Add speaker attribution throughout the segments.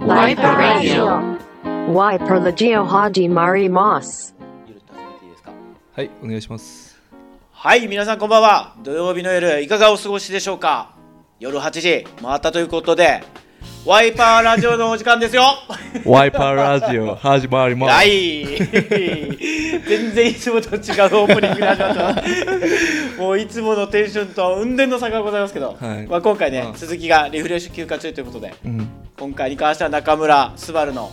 Speaker 1: ワイパーラジオ
Speaker 2: Y Perlegio Haji Mari Moss.
Speaker 3: 夜って始めていいですか
Speaker 4: はい、お願いします。
Speaker 3: はい皆さんこんばんは土曜日の夜いかがお過ごしでしょうか夜8時回ったということでワイパーラジオのお時間ですよ
Speaker 4: ワイパーラジオ始まりま
Speaker 3: は
Speaker 4: す。
Speaker 3: い 全然いつもと違うオープニングが始まったもういつものテンションと雲泥の差がございますけど、
Speaker 4: はい
Speaker 3: まあ、今回ね
Speaker 4: うん
Speaker 3: 鈴木がリフレッシュ休暇中ということで
Speaker 4: うん、
Speaker 3: 今回に関しては中村スバルの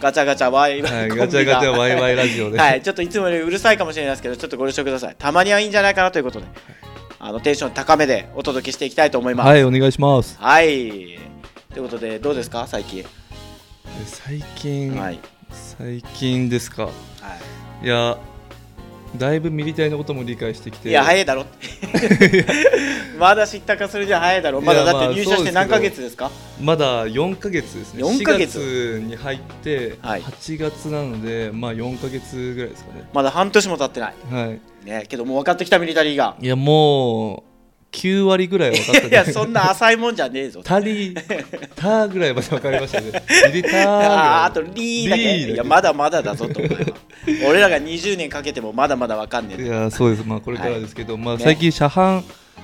Speaker 3: ガチャガチャワイワイ、
Speaker 4: は い
Speaker 3: コンビが
Speaker 4: ガチャガチャワイワイラジオで
Speaker 3: はいちょっといつもよりうるさいかもしれないですけどちょっとご了承くださいたまにはいいんじゃないかなということであのテンション高めでお届けしていきたいと思います
Speaker 4: はい、お願いします。
Speaker 3: はいということでどうですか最近、
Speaker 4: え最近、
Speaker 3: はい、
Speaker 4: 最近ですか。
Speaker 3: はい
Speaker 4: や、だいぶミリタリのことも理解してき
Speaker 3: い、
Speaker 4: て。
Speaker 3: いや早いだろ まだ知ったかするには早いだろまだ
Speaker 4: いやまあ
Speaker 3: だって入社して何
Speaker 4: そ
Speaker 3: ヶ
Speaker 4: うですけど
Speaker 3: 月ですか
Speaker 4: まだ4ヶ月ですね。
Speaker 3: 4ヶ月
Speaker 4: 4月に入って、
Speaker 3: はい
Speaker 4: 8月なので、まあ4ヶ月ぐらいですかね。
Speaker 3: まだ半年も経ってない
Speaker 4: はい。
Speaker 3: ねけどもう分かってきたミリタリーが
Speaker 4: いや、もう9割ぐらい分かった、ね。
Speaker 3: いや そんな浅いもんじゃねえぞ
Speaker 4: タリー、ターぐらいまで分かりま したね。ミリターぐらい
Speaker 3: あーあとリーだけ
Speaker 4: リーだけ
Speaker 3: いやまだまだだぞとお前は俺らが20年かけてもまだまだわかんね
Speaker 4: い
Speaker 3: え
Speaker 4: やそうです、まあ、これからですけど、まあ、
Speaker 3: ね
Speaker 4: 最近、車販、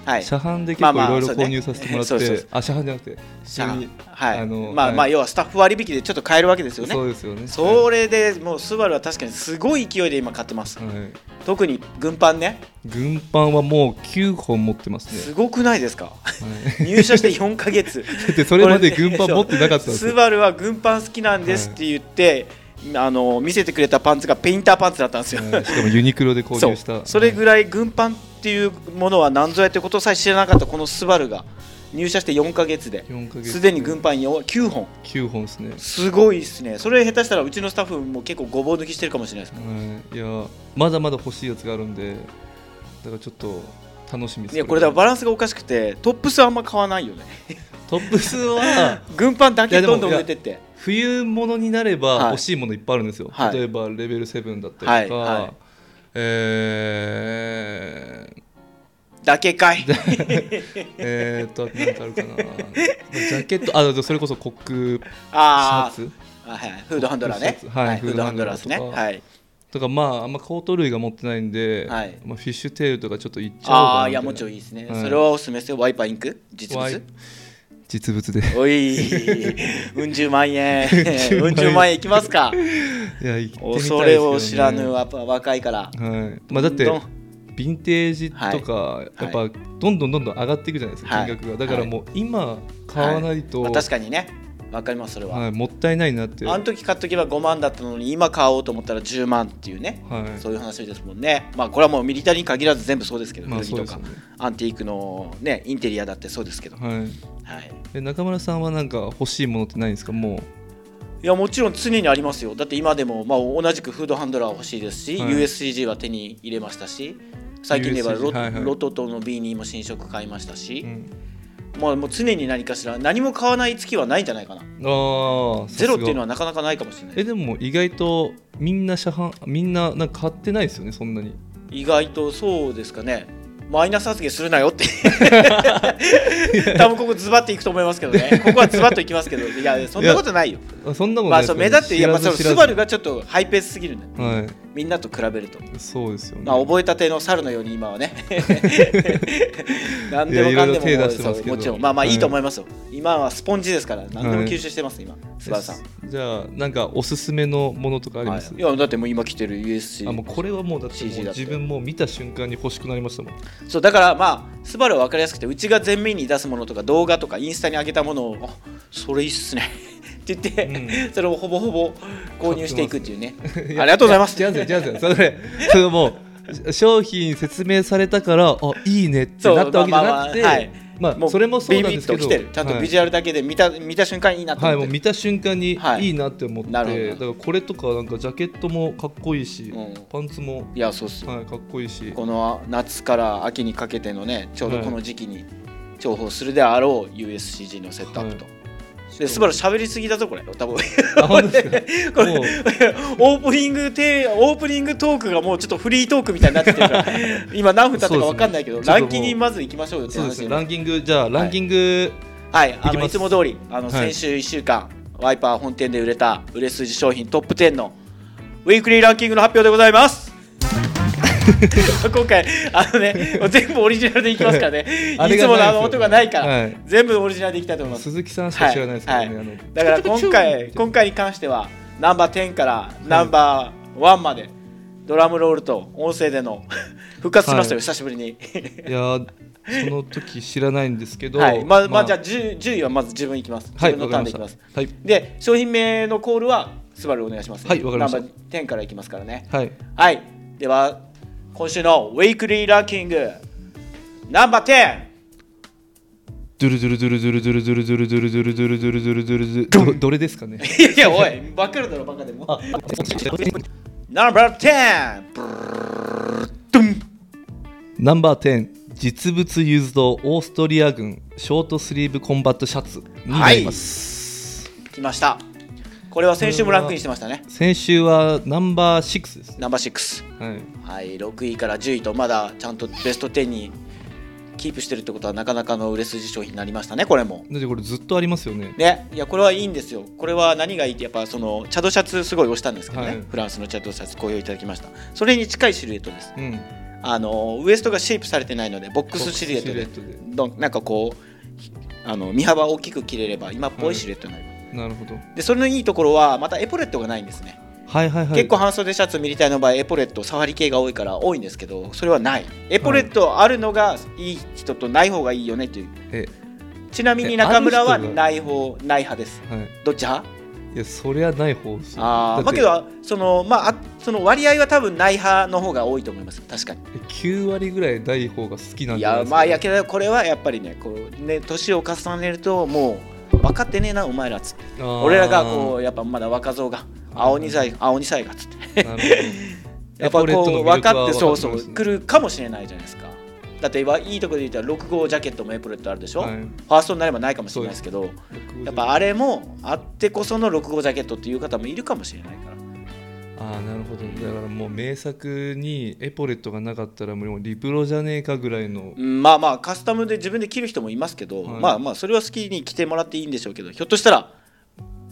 Speaker 3: はい
Speaker 4: 車販で結
Speaker 3: まあ
Speaker 4: 構い
Speaker 3: まあ
Speaker 4: ろいろ
Speaker 3: そうね
Speaker 4: 購入させてもらっ
Speaker 3: そうそうそ
Speaker 4: て
Speaker 3: う、
Speaker 4: あ、車販じゃなくて、普通に
Speaker 3: はい
Speaker 4: あの
Speaker 3: まあまあ
Speaker 4: はい
Speaker 3: 要はスタッフ割引でちょっと買えるわけですよね
Speaker 4: そうですよね。
Speaker 3: それでもうスバルは確かにすごい勢いで今買ってます
Speaker 4: はい
Speaker 3: 特に軍パンね
Speaker 4: 軍パンはもう9本持ってます
Speaker 3: す
Speaker 4: ね。
Speaker 3: ごくないですか
Speaker 4: はい
Speaker 3: 入社して4ヶ月
Speaker 4: だってそれ まで軍パン持ってなかったんです
Speaker 3: ス
Speaker 4: よ。
Speaker 3: バルは軍パン好きなんですって言ってあの見せてくれたパンツがペインターパンツだったんですよ
Speaker 4: はいしかもユニクロで購
Speaker 3: そう
Speaker 4: 入した。
Speaker 3: それぐらい軍パンっていうものは何ぞやってことさえ知らなかったこのスバルが入社して4ヶ月で
Speaker 4: 4ヶ月
Speaker 3: すでに軍パンよ9本
Speaker 4: 9本ですね。
Speaker 3: すごいですねそれ下手したらうちのスタッフも結構ごぼう抜きしてるかもしれないです
Speaker 4: はいいや、まだまだ欲しいやつがあるんで、だからちょっと楽しみです。
Speaker 3: いやこれだからバランスがおかしくてトップスはあんま買わないよね
Speaker 4: トップスは、
Speaker 3: 軍パンだ
Speaker 4: い
Speaker 3: け
Speaker 4: やで
Speaker 3: ど
Speaker 4: も
Speaker 3: んどん出てって
Speaker 4: 冬物になれば
Speaker 3: はい
Speaker 4: 欲しいものいっぱいあるんですよ、
Speaker 3: はい
Speaker 4: 例えばレベル7だったりとか、
Speaker 3: はいはい
Speaker 4: えー
Speaker 3: だけかい
Speaker 4: えーっと何かあるかなジャケットあそれこそコックシャ
Speaker 3: あー
Speaker 4: ツ
Speaker 3: あはいフードハンドラーね
Speaker 4: シャツはい
Speaker 3: フードハンドラーですね
Speaker 4: フード
Speaker 3: は
Speaker 4: ハ
Speaker 3: い
Speaker 4: とかまああんまコート類が持ってないんで、
Speaker 3: はい
Speaker 4: まあ、フィッシュテールとかちょっといっちゃおうかな
Speaker 3: ああーいやも
Speaker 4: み
Speaker 3: ち
Speaker 4: た
Speaker 3: ろん
Speaker 4: い
Speaker 3: いい
Speaker 4: な
Speaker 3: ですね、
Speaker 4: はい
Speaker 3: それはおすすめですよワイパーインク実
Speaker 4: ワ
Speaker 3: 物
Speaker 4: イ実物で
Speaker 3: おい、うん十万円、
Speaker 4: 10
Speaker 3: うん十万円いきますか。
Speaker 4: いや行ってみたいですけどね
Speaker 3: 恐れを知らぬわ若いから。
Speaker 4: はいまあ、だって
Speaker 3: どん
Speaker 4: ヴィンテージとか、やっ
Speaker 3: は
Speaker 4: ぱどんどんどんどん上がっていくじゃないですか、
Speaker 3: はい
Speaker 4: 金額がだからもう今買わないと、
Speaker 3: まあ確かにね、わかりますそれは。
Speaker 4: はい、もったいないなって
Speaker 3: あの時買っとけば5万だったのに今買おうと思ったら10万っていうね、
Speaker 4: はい
Speaker 3: そういう話ですもんねまあこれはもうミリタリーに限らず全部そうですけど、
Speaker 4: まあ
Speaker 3: 古着とか、
Speaker 4: そうですよ
Speaker 3: アンティークのねインテリアだってそうですけど、
Speaker 4: はい、
Speaker 3: はい、
Speaker 4: え中村さんはなんか欲しいものってないんですかも
Speaker 3: いやもちろん常にありますよだって今でも、まあ、同じくフードハンドラーは欲しいですし、
Speaker 4: はい
Speaker 3: USCG は手に入れましたし最近で言えばロ,
Speaker 4: USCG はいはい
Speaker 3: ロトとの B にも新色買いました
Speaker 4: う、う
Speaker 3: し、
Speaker 4: ん、
Speaker 3: まあ、もう常に何かしら何も買わない月はないんじゃないかな
Speaker 4: ああ
Speaker 3: ゼロっていうのは
Speaker 4: は
Speaker 3: なかなかないかもしれな
Speaker 4: え
Speaker 3: い
Speaker 4: でも意外とみんな車販みんななんか買ってないですよねそんなに
Speaker 3: 意外とそうですかねマイナス発言する なよって多分ここズバッていくと思いますけどねここはズバッといきますけどいやそんなことないよ
Speaker 4: あそんなことな
Speaker 3: ま
Speaker 4: い
Speaker 3: あ
Speaker 4: です
Speaker 3: そ
Speaker 4: よ
Speaker 3: う
Speaker 4: ね
Speaker 3: 目立っていやまあその
Speaker 4: 知ら
Speaker 3: ス
Speaker 4: ず
Speaker 3: バルがちょっとハイペースすぎるね
Speaker 4: は
Speaker 3: みんなと比べると
Speaker 4: いそうですよね、
Speaker 3: まあ、覚えたての猿のように今は ね何で
Speaker 4: い
Speaker 3: も
Speaker 4: や
Speaker 3: か
Speaker 4: い
Speaker 3: ん
Speaker 4: ろいろ
Speaker 3: でも
Speaker 4: 手
Speaker 3: もう
Speaker 4: 出してますけど
Speaker 3: そうもちろんまあまあ
Speaker 4: はい
Speaker 3: いいと思いますよ、今はスポンジですから何でも
Speaker 4: はい
Speaker 3: 吸収してます、今スバルさん、
Speaker 4: じゃあなんかおすすめのものとかあります、
Speaker 3: はい、いやだってもう今着てる USC
Speaker 4: あもうこれはもうだっても
Speaker 3: CG
Speaker 4: う
Speaker 3: だって
Speaker 4: 自分もう見た瞬間に欲しくなりましたもん
Speaker 3: そうだからまあスバルは分かりやすくてうちが前面に出すものとか動画とかインスタに上げたものをあそれいいっすね って言って、それをほぼほぼ購入していくっていうね ありがとうございます
Speaker 4: 違 うん ですよ違うんですよそれそれもう商品説明されたからあいいねってなったわけじゃなくて
Speaker 3: そうまあまあまあはい
Speaker 4: まあ
Speaker 3: も
Speaker 4: それもそうなんですけ
Speaker 3: ビ
Speaker 4: ど
Speaker 3: ビッと来てるちゃんとビジ
Speaker 4: ュ
Speaker 3: ュアルだけで見た,、見た瞬間いいなと
Speaker 4: はい、
Speaker 3: 思
Speaker 4: も
Speaker 3: っ
Speaker 4: う
Speaker 3: て
Speaker 4: 見
Speaker 3: る、
Speaker 4: た瞬間に
Speaker 3: はい
Speaker 4: いいなって思って、
Speaker 3: なるほど
Speaker 4: だからこれとかなんかジャケットもかっこいいし、
Speaker 3: うん
Speaker 4: パンツも、
Speaker 3: い、やそうっすよ
Speaker 4: はい、かっこいいし
Speaker 3: この夏から秋にかけてのねちょうどこの時期に重宝するであろう USCG のセットアップと。でスバル喋りすぎだぞこれ多分
Speaker 4: あ本当ですか
Speaker 3: これ
Speaker 4: もう
Speaker 3: オープニングテーオープニングトークがもうちょっとフリートークみたいになってきて るから今何分経ったか分かんないけど、
Speaker 4: そうです
Speaker 3: ラ
Speaker 4: ね
Speaker 3: ンキングにまず行きましょうよって
Speaker 4: そうで
Speaker 3: 話
Speaker 4: す
Speaker 3: で
Speaker 4: ねランキングじゃあランキング、
Speaker 3: はいあ
Speaker 4: いき
Speaker 3: の
Speaker 4: ま
Speaker 3: い
Speaker 4: す
Speaker 3: つも通りあの
Speaker 4: はい
Speaker 3: 先週1週間、ワイパー本店で売れた売れ筋商品トップ10のウィークリーランキングの発表でございます今回あのねもう全部オリジナルでいきますからね
Speaker 4: あ
Speaker 3: い
Speaker 4: れ
Speaker 3: つ
Speaker 4: が
Speaker 3: も
Speaker 4: ないですよ
Speaker 3: のあの音がないから、
Speaker 4: はい
Speaker 3: 全部オリジナルでいきたいと思います
Speaker 4: 鈴木さんしか知らないですからね、
Speaker 3: は
Speaker 4: あの
Speaker 3: だから 今回今回に関してはナンバー10からナンバー1までドラムロールと音声での 復活しました
Speaker 4: は
Speaker 3: よ、
Speaker 4: い
Speaker 3: 久しぶりに
Speaker 4: いやーその時知らないんですけど、
Speaker 3: はいまあまあじゃあ 10, 10位はまず自分いきます
Speaker 4: は
Speaker 3: 自
Speaker 4: い
Speaker 3: 分の
Speaker 4: わか
Speaker 3: タ
Speaker 4: り
Speaker 3: ーンで
Speaker 4: ま
Speaker 3: い
Speaker 4: し
Speaker 3: き
Speaker 4: た
Speaker 3: ます、
Speaker 4: はい
Speaker 3: で商品名のコールはスバルお願いします、
Speaker 4: はいわかりました
Speaker 3: ナンバー10からいきますからね
Speaker 4: はい
Speaker 3: はいでは今週のウィークリーランキングナンバー10
Speaker 4: ドゥルドゥルドゥルドゥルドゥルドゥルドゥルドゥルドゥルドゥルドゥルドゥルドゥルドゥルどどれですかね
Speaker 3: いやいやおい分かるだろバカでもナンバー10ブルードゥン
Speaker 4: ナンバー10実物ユーズドオーストリア軍ショートスリーブコンバットシャツになります、
Speaker 3: 来ましたこれは先週もランクインしてましたね
Speaker 4: 先週はナンバー6です、
Speaker 3: ナンバー6
Speaker 4: はい、
Speaker 3: はい6位から10位とまだちゃんとベスト10にキープしてるってことはなかなかの売れ筋商品になりましたねこれも
Speaker 4: だってこれずっとありますよね
Speaker 3: ねいやこれはいいんですよこれは何がいいってやっぱそのチャドシャツすごい押したんですけどね、
Speaker 4: はい
Speaker 3: フランスのチャドシャツ好評いただきましたそれに近いシルエットです
Speaker 4: うん
Speaker 3: あのウエストがシェイプされてないのでボックスシルエットで
Speaker 4: ボックスシルエッ
Speaker 3: どんなんかこうひあの身幅を大きく切れれば今っぽいシルエットになります、
Speaker 4: なるほど
Speaker 3: でそれのいいところはまたエポレットがないんですね
Speaker 4: はいはいはい
Speaker 3: 結構半袖シャツミリタリの場合エポレットサファリ系が多いから多いんですけどそれはないエポレットあるのがいい人とない方がいいよねっていう
Speaker 4: え
Speaker 3: ちなみに中村
Speaker 4: え
Speaker 3: は
Speaker 4: ある人が
Speaker 3: ない方ない派です
Speaker 4: はい
Speaker 3: どっち派
Speaker 4: いやそりゃない方ですよ
Speaker 3: あ
Speaker 4: だ
Speaker 3: ーま
Speaker 4: っ
Speaker 3: あ
Speaker 4: て
Speaker 3: けどそのまああその割合は多分ない派の方が多いと思います確かに
Speaker 4: 9割ぐらいない方が好きなん
Speaker 3: い
Speaker 4: じゃな
Speaker 3: や
Speaker 4: です
Speaker 3: ま
Speaker 4: か
Speaker 3: あいやけどこれはやっぱりねこうね年を重ねるともう分かってねえなお前らっつって
Speaker 4: あー
Speaker 3: 俺らがこうやっぱまだ若造が青二歳青二歳がっつって
Speaker 4: なるほど
Speaker 3: やっぱ
Speaker 4: エポレット
Speaker 3: こ
Speaker 4: の魅
Speaker 3: う分
Speaker 4: 力は
Speaker 3: かってそうそ
Speaker 4: ま
Speaker 3: う
Speaker 4: すね
Speaker 3: 来るかもしれないじゃないですかだって今いいとこで言ったら6号ジャケットもエプレットあるでしょ、
Speaker 4: はい
Speaker 3: ファーストになればないかもしれないですけどやっぱあれもあってこその6号ジャケットっていう方もいるかもしれないから
Speaker 4: ああなるほどだからもう名作にエポレットがなかったらもうリプロじゃねえかぐらいの
Speaker 3: うんまあまあカスタムで自分で着る人もいますけど、
Speaker 4: はい
Speaker 3: まあまあそれは好きに着てもらっていいんでしょうけどひょっとしたら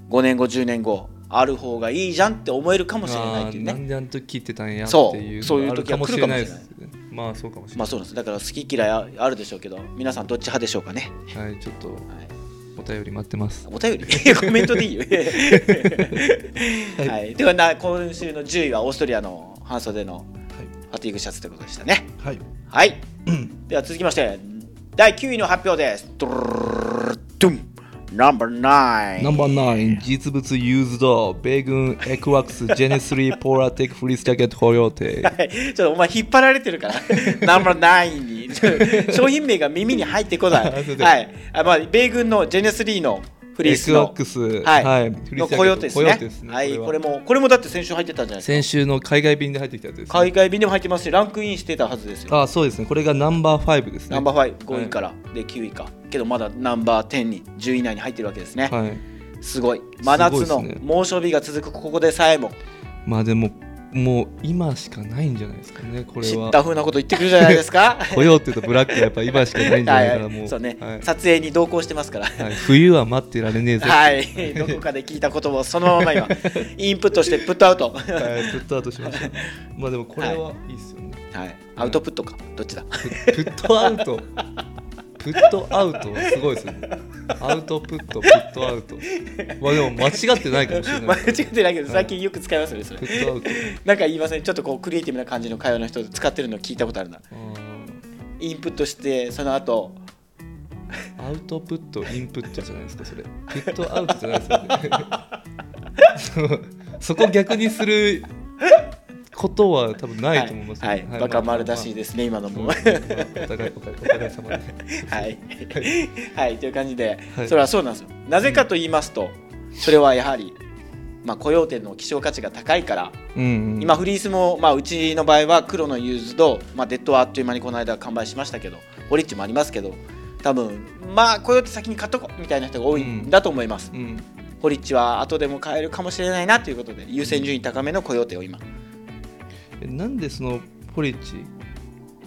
Speaker 3: 5年後10年後ある方がいいじゃんって思えるかもしれないっていう
Speaker 4: あーなん
Speaker 3: ね
Speaker 4: であの時切ってたんやって
Speaker 3: そう
Speaker 4: いう
Speaker 3: そういう
Speaker 4: のがある
Speaker 3: 時
Speaker 4: か
Speaker 3: は
Speaker 4: も
Speaker 3: 来
Speaker 4: し
Speaker 3: るか
Speaker 4: れ
Speaker 3: も
Speaker 4: な
Speaker 3: し
Speaker 4: い
Speaker 3: れ
Speaker 4: で
Speaker 3: ない
Speaker 4: すまあそうかもしれ
Speaker 3: ま
Speaker 4: な
Speaker 3: あそうなんですだから好き嫌いああるでしょうけど皆さんどっち派でしょうかね、
Speaker 4: い、はい、ちょっと
Speaker 3: はい
Speaker 4: お便り待ってます
Speaker 3: お便りコメントでいいよ、はい、ではな今週の10位はオーストリアの半袖のファティーグシャツということでしたね
Speaker 4: はい、はい、
Speaker 3: はいでは続きまして第9位の発表ですドゥルルルルルドゥンナンバー9
Speaker 4: ナンバー9実物ユーズド米軍エクワックスジェネスリーポーラーテックフリースジャケット保養艇
Speaker 3: はいちょっとお前引っ張られてるからナンバー9にちょっと商品名が耳に入ってこない、
Speaker 4: あそうだ
Speaker 3: はいあまあ、米軍のジェネスリーのフリース
Speaker 4: エクワ
Speaker 3: の
Speaker 4: ックス
Speaker 3: はい
Speaker 4: はい
Speaker 3: の雇用手です
Speaker 4: フリースジャケット雇用手
Speaker 3: ね
Speaker 4: ですね
Speaker 3: はい、こ
Speaker 4: こ
Speaker 3: れ
Speaker 4: れは
Speaker 3: もこれもだって先週入ってたんじゃないですか
Speaker 4: 先週の海外便で入ってきたやつです、ね、
Speaker 3: 海外便でも入ってますしランクインしてたはずですよ
Speaker 4: あそうですねこれがナンバー5ですね
Speaker 3: ナンバー5、5位から、で9位か。けどまだナンバー10に、10位以内に入ってるわけですね。
Speaker 4: はい
Speaker 3: すごい。真夏
Speaker 4: す
Speaker 3: の
Speaker 4: ごいですね
Speaker 3: 猛暑日が続くここでさえも、
Speaker 4: まあでももう今しかないんじゃないですかねこれ
Speaker 3: 知っ
Speaker 4: は
Speaker 3: た風なこと言ってくるじゃないで すか。
Speaker 4: 雇用手とブラックはやっぱ今しかないんじゃないかな
Speaker 3: は
Speaker 4: もう
Speaker 3: そうね、
Speaker 4: はい
Speaker 3: 撮影に同行してますから。
Speaker 4: はい冬 は待ってられねえぞ
Speaker 3: はい、どこかで聞いたことをそのまま今、インプットしてプットアウト。は
Speaker 4: はいプットアウトしま したまあでもこれはいいですよね
Speaker 3: い、アウトプットか、どっちだ。
Speaker 4: ププットアウトプットアウトはすごいですねアウトプットプットアウトまあでも間違ってないかもしれ
Speaker 3: 間
Speaker 4: ない
Speaker 3: 違ってないけど、最近よく使いますよね、それ
Speaker 4: プ。ットアウ ト
Speaker 3: なんか言いません、ちょっとこうクリエイティブな感じの会話の人で使ってるの聞いたことあるな。
Speaker 4: あー
Speaker 3: インプットして、その後、
Speaker 4: アウトプット、インプットじゃないですか、それ。プットアウトじゃないですよね。 そこ逆にすることは多分ないと思います、
Speaker 3: はい、はい、バカ丸出し
Speaker 4: で。
Speaker 3: ですね、今のも。
Speaker 4: まあまあお互い、お互い、お互い様で。
Speaker 3: はい、はい、という感じで、
Speaker 4: はい
Speaker 3: それはそうなんですよ。なぜかと言いますと、それはやはり、まあ、雇用店の希少価値が高いから、
Speaker 4: うんうん、
Speaker 3: 今、フリースも、まあ、うちの場合は黒のユーズド、まあ、デッドはあっという間にこの間完売しましたけど、オリッチもありますけど、多分まあ、雇用店先に買っとこうみたいな人が多いんだと思います。
Speaker 4: うん、
Speaker 3: ホリッチは後でも買えるかもしれないなということで、優先順位高めの雇用店を今。
Speaker 4: えなんでそのポリッチ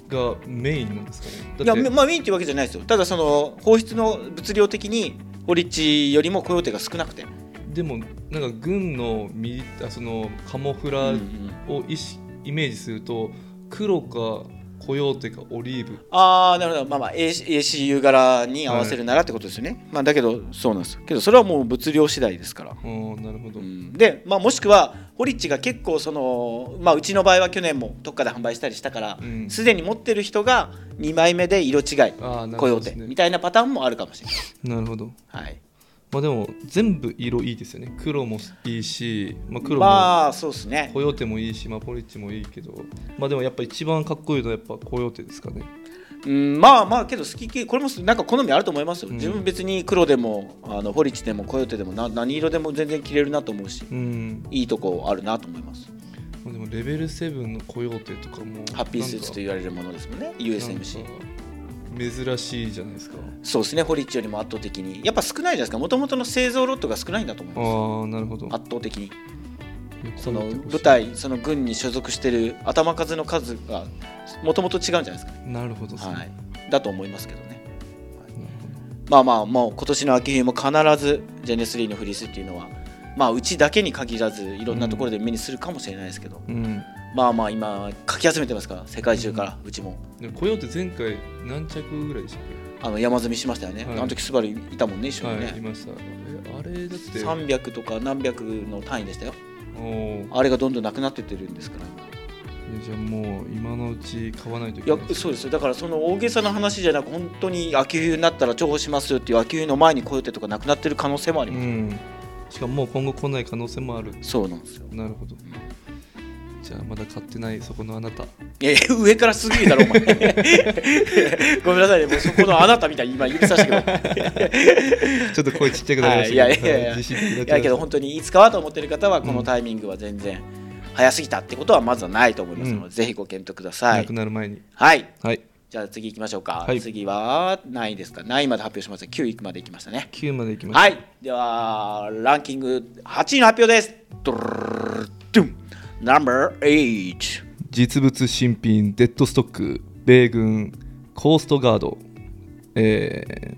Speaker 4: がメインなんですかね
Speaker 3: いや
Speaker 4: だって
Speaker 3: まあメインっていうわけじゃないですよただその放出の物量的にホリッチよりもコヨーテが少なくて
Speaker 4: でもなんか軍のミリあそのカモフ
Speaker 3: う
Speaker 4: ラ
Speaker 3: んうん
Speaker 4: を意識イメージすると黒かコヨーテかオリーブ
Speaker 3: ああなるほどまあまあ AC ACU 柄に合わせるならってことですよね、まあだけどそうなんですけどそれはもう物量次第ですから、
Speaker 4: うんなるほ
Speaker 3: う
Speaker 4: ど、
Speaker 3: ん、で、まあ、もしくはホリッチが結構その、まあ、うちの場合は去年も特価で販売したりしたから
Speaker 4: うん
Speaker 3: すで、に持ってる人が2枚目で色違い
Speaker 4: ああなる
Speaker 3: 雇
Speaker 4: ほど
Speaker 3: 用
Speaker 4: です
Speaker 3: 点み
Speaker 4: ね
Speaker 3: たいなパターンもあるかもしれない、
Speaker 4: なるほど
Speaker 3: はい、
Speaker 4: まあでも全部色いいですよね黒もいいし、まあ、黒も、
Speaker 3: まあそうですね
Speaker 4: コヨーテもいいし、まあ、ポリッチもいいけどまあでもやっぱ一番かっこいいのはやっぱコヨーテですかね
Speaker 3: うんまあまあけど好き嫌いこれもなんか好みあると思いますよ、
Speaker 4: うん
Speaker 3: 自分別に黒でもあのホリッチでもコヨーテでもな何色でも全然着れるなと思うし
Speaker 4: うん
Speaker 3: いいとこあるなと思います
Speaker 4: まあでもレベル7のコヨーテとかも
Speaker 3: ハッピースーツと
Speaker 4: いう
Speaker 3: 言われるものですもんね
Speaker 4: なんか
Speaker 3: USMC
Speaker 4: 珍しいじゃないですか
Speaker 3: そうですねホリッチよりも圧倒的にやっぱ少ないじゃないですかもともとの製造ロットが少ないんだと思い
Speaker 4: あ
Speaker 3: ま
Speaker 4: あなるほど
Speaker 3: す圧倒的に
Speaker 4: そ
Speaker 3: その部隊その軍に所属してる頭数の数がもともと違うんじゃないですかね、
Speaker 4: なるほどですね、
Speaker 3: はい、だと思いますけどね
Speaker 4: なるほど
Speaker 3: まあまあもう今年の秋冬も必ずジェネスリーのフリースっていうのはまあうちだけに限らずいろんなところで目にするかもしれないですけど、
Speaker 4: うん
Speaker 3: まあまあ今かき集めてますから世界中からうちも
Speaker 4: でもコヨーテ前回何着ぐらいでしたっ
Speaker 3: あの山積みしましたよね、
Speaker 4: はい
Speaker 3: あの時スバルいたもんね一
Speaker 4: け、
Speaker 3: 緒にね、
Speaker 4: はいいましたえあれだって
Speaker 3: 300とか何百の単位でしたよ
Speaker 4: おー
Speaker 3: あれがどんどんなくなってってるんですから
Speaker 4: じゃあもう今のうち買わないとい
Speaker 3: い
Speaker 4: け
Speaker 3: や
Speaker 4: ない
Speaker 3: そうですよだからその大げさな話じゃなく本当に秋冬になったら重宝しますよっていう秋冬の前にコヨテとかなくなってる可能性もあり
Speaker 4: う
Speaker 3: ます、
Speaker 4: んしかももう今後来ない可能性もある
Speaker 3: そうなんですよ
Speaker 4: なるほどじゃあまだ買ってないそこのあなた
Speaker 3: いやいや上からすぎるだろお前ごめんなさいねもうそこのあなたみたいに今指さしたけど
Speaker 4: ちょっと声ちっちゃくなりましたけど
Speaker 3: はいいやいやいや
Speaker 4: は自信なくなっちゃ
Speaker 3: いや
Speaker 4: いました
Speaker 3: けど本当にいつかはと思ってる方はこのタイミングは全然早すぎたってことはまずはないと思いますので、
Speaker 4: うん
Speaker 3: ぜひご検討くださ
Speaker 4: ないくなる前に
Speaker 3: はい
Speaker 4: はい
Speaker 3: じゃあ次行きましょうか、
Speaker 4: はい
Speaker 3: 次は何位ですか何位まで発表しました9位まで行きましたね
Speaker 4: 9までいきまし
Speaker 3: はいではランキング8位の発表ですドゥルルルルドゥン No.8
Speaker 4: た実物新品デッドストック米軍コーストガードえー、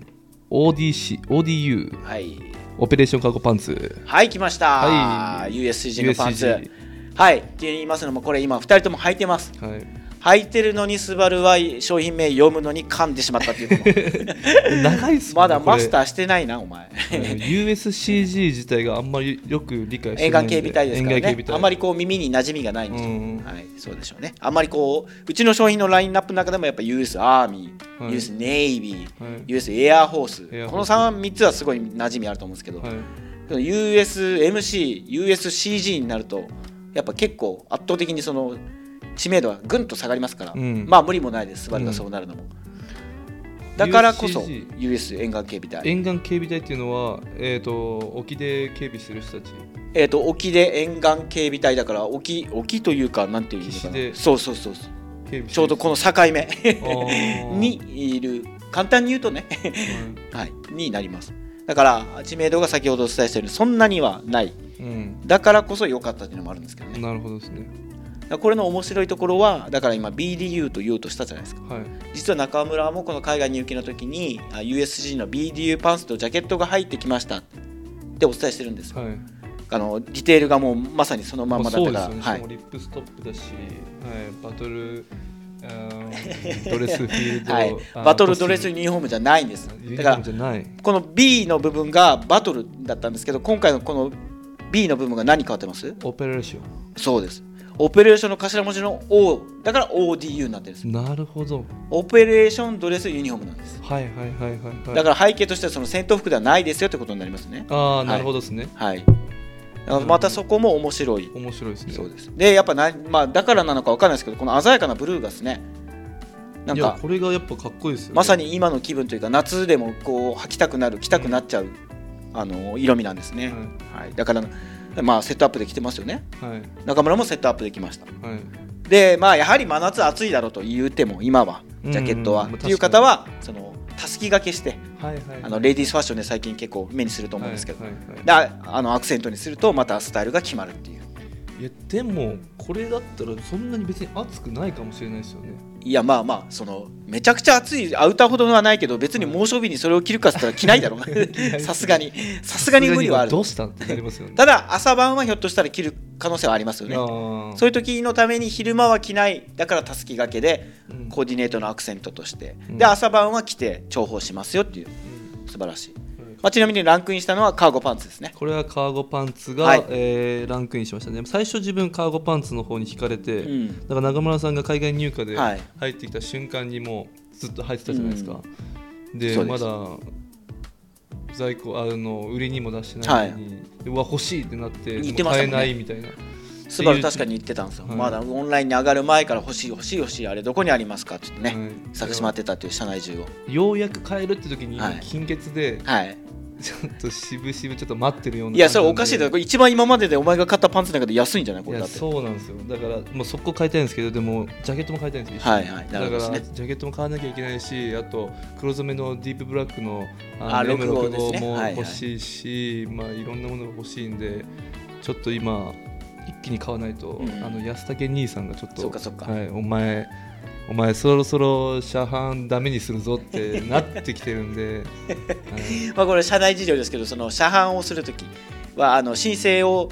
Speaker 4: ODC ODU
Speaker 3: はい
Speaker 4: オペレーションカーゴパンツ
Speaker 3: はい来ました、
Speaker 4: はい
Speaker 3: USG のパンツ
Speaker 4: USG
Speaker 3: はいって言いますのもこれ今2人とも履いてます
Speaker 4: はい
Speaker 3: 履いてるのにスバルは商品名読むのに噛んでしまったっていう
Speaker 4: 長いっす
Speaker 3: まだマスタ
Speaker 4: ー
Speaker 3: ーしてないなお 前
Speaker 4: USCG 自体があんまりよく理解して
Speaker 3: 沿
Speaker 4: ない
Speaker 3: 岸
Speaker 4: ん
Speaker 3: 警備隊ですから
Speaker 4: 沿岸
Speaker 3: ね
Speaker 4: 警備隊
Speaker 3: あんまりこう耳に馴染みがない
Speaker 4: う
Speaker 3: んですよ、
Speaker 4: んうん
Speaker 3: はい、そうでしょうね。あんまりこう、うちの商品のラインナップの中でもやっぱ US アーミー、
Speaker 4: はい
Speaker 3: US ネイビー、
Speaker 4: はい
Speaker 3: US エアホース、
Speaker 4: エアホース
Speaker 3: この 3, 三つはすごい馴染みあると思うんですけど、
Speaker 4: はい
Speaker 3: USMC、USCG になると、やっぱ結構圧倒的にその知名度はぐんと下がりますから、
Speaker 4: うん
Speaker 3: まあ無理もないです、スバルがそうなるのも。だからこそ、
Speaker 4: USCG
Speaker 3: US 沿岸警備隊。
Speaker 4: 沿岸警備隊っていうのは、えー、と沖で警備してる人たち
Speaker 3: えっ、と、沖で沿岸警備隊だから、沖、沖というか、なんていうのか
Speaker 4: 岸
Speaker 3: な
Speaker 4: で。
Speaker 3: そうそうそうそう。
Speaker 4: 警備
Speaker 3: ちょうどこの境目
Speaker 4: ー
Speaker 3: にいる簡単に言うとね、 はい、になりますだから知名度が先ほどお伝えしたようにそんなにはない
Speaker 4: うん、
Speaker 3: だからこそ良かったっていうのもあるんですけどね
Speaker 4: なるほどですね
Speaker 3: だからこれの面白いところはだから今 BDU と言おうとしたじゃないですか
Speaker 4: はい
Speaker 3: 実は中村もこの海外入籍の時にあ USG の BDU パンツとジャケットが入ってきましたってお伝えしてるんですよ
Speaker 4: はい
Speaker 3: あのディテールがもうまさにそのまんまだ
Speaker 4: そ
Speaker 3: った
Speaker 4: うで
Speaker 3: か
Speaker 4: すよね、
Speaker 3: ら、は
Speaker 4: しかもリ
Speaker 3: い、
Speaker 4: ップストップだし、はい、バトルあ ードレスフィールド、
Speaker 3: はい
Speaker 4: あ、ー
Speaker 3: バトルドレスユ
Speaker 4: コス
Speaker 3: ニフォームじゃないんです
Speaker 4: チュームユニ
Speaker 3: だ
Speaker 4: フ
Speaker 3: か
Speaker 4: ォー
Speaker 3: ら
Speaker 4: ムじゃない
Speaker 3: この B の部分がバトルだったんですけど今回のこの B の部分が何変わってます
Speaker 4: オペレーショ
Speaker 3: そうですオペレーションの頭文字の O だから ODU になってるんです
Speaker 4: ンなるほど
Speaker 3: オペレーションドレスユニフォームなんです
Speaker 4: はいはいはいはいはい
Speaker 3: だから背景としてはその戦闘服ではないですよってことになりますね
Speaker 4: ああ
Speaker 3: い
Speaker 4: なるほどですね、
Speaker 3: はいあまたそこも面白い
Speaker 4: 面白いですね
Speaker 3: そうですでやっぱな、まあ、だからなのかわかんないですけどこの鮮やかなブルーがですねなん
Speaker 4: いや
Speaker 3: か
Speaker 4: これがやっぱかっこいいですよ、ね、
Speaker 3: まさ
Speaker 4: に
Speaker 3: に今の気分というか夏でもこう履きたくなる着たくなっちゃう、あの色味なんですね、はい、だから、まあ、セットアップできてますよね。
Speaker 4: はいはい
Speaker 3: 中村もセットアップできました。
Speaker 4: はい
Speaker 3: で、まあ、やはり真夏暑いだろうと言うても、今は、
Speaker 4: うん
Speaker 3: ジャケットは。
Speaker 4: まあ
Speaker 3: っていう方は、その、たすき掛けして、
Speaker 4: はいはい
Speaker 3: あのレディースファッションで最近結構目にすると思うんですけど、
Speaker 4: はいはいはい
Speaker 3: だあのアクセントにすると、またスタイルが決まるっていう。
Speaker 4: いいやでもこれだったらそんなに別に暑くないかもしれないですよね
Speaker 3: いやまあまあそのめちゃくちゃ暑いアウターほどはないけど別に猛暑日にそれを着るかっつったら着ないだろ うさすがにさすがに無理はある
Speaker 4: どうしたってなりますよね
Speaker 3: ただ朝晩はひょっとしたら着る可能性はありますよね
Speaker 4: あ
Speaker 3: そういう時のために昼間は着ないだからたすき掛けで
Speaker 4: う、うん
Speaker 3: コーディネートのアクセントとして、
Speaker 4: うん
Speaker 3: で朝晩は着て重宝しますよっていう
Speaker 4: うん
Speaker 3: 素晴らしい、まあ、ちなみにランクインしたのはカーゴパンツですね
Speaker 4: これはカーゴパンツが、
Speaker 3: はい
Speaker 4: えーランクインしましたね最初自分カーゴパンツの方に惹かれて、
Speaker 3: うん
Speaker 4: だから中村さんが海外入荷で
Speaker 3: はい
Speaker 4: 入ってきた瞬間にもうずっと入ってたじゃないですか、で
Speaker 3: そうで
Speaker 4: ますだ在庫あの売りにも出してないのに、でうわ欲しいってなって
Speaker 3: 言ってましたも
Speaker 4: で
Speaker 3: んね
Speaker 4: も買えないみたいな
Speaker 3: スバル確かに言ってたんですよ、
Speaker 4: はい
Speaker 3: まだオンラインに上がる前から欲しい欲しい欲しいあれどこにありますかって言ってね、
Speaker 4: はい
Speaker 3: 探し回ってたっていう社内中を
Speaker 4: ようやく買えるって時に、
Speaker 3: はい
Speaker 4: 金欠で
Speaker 3: はい
Speaker 4: ちょっと渋々ちょっと待ってるようない
Speaker 3: やそれおかしいだ
Speaker 4: こ
Speaker 3: ろこれ一番今まででお前が買ったパンツの中で安いんじゃないこ
Speaker 4: い
Speaker 3: れ
Speaker 4: や
Speaker 3: だって
Speaker 4: そうなんですよだからもう速攻買いたいんですけどでもジャケットも買いたいんですよ一緒に
Speaker 3: はいはいなるほどですね
Speaker 4: だからジャケットも買わなきゃいけないしあと黒染めのディープブラックの
Speaker 3: あ
Speaker 4: の
Speaker 3: 6号ですね
Speaker 4: M65 も
Speaker 3: はいはい
Speaker 4: 欲しいし、いまあ、いろんなものが欲しいんでちょっと今一気に買わないと、
Speaker 3: うん
Speaker 4: あの安武兄さんがちょっと
Speaker 3: そうかそうか
Speaker 4: はい、お前お前そろそろ車販ダメにするぞってなってきてるん で、はい
Speaker 3: まあ、これ社内事情ですけどその車販をするときはあの申請を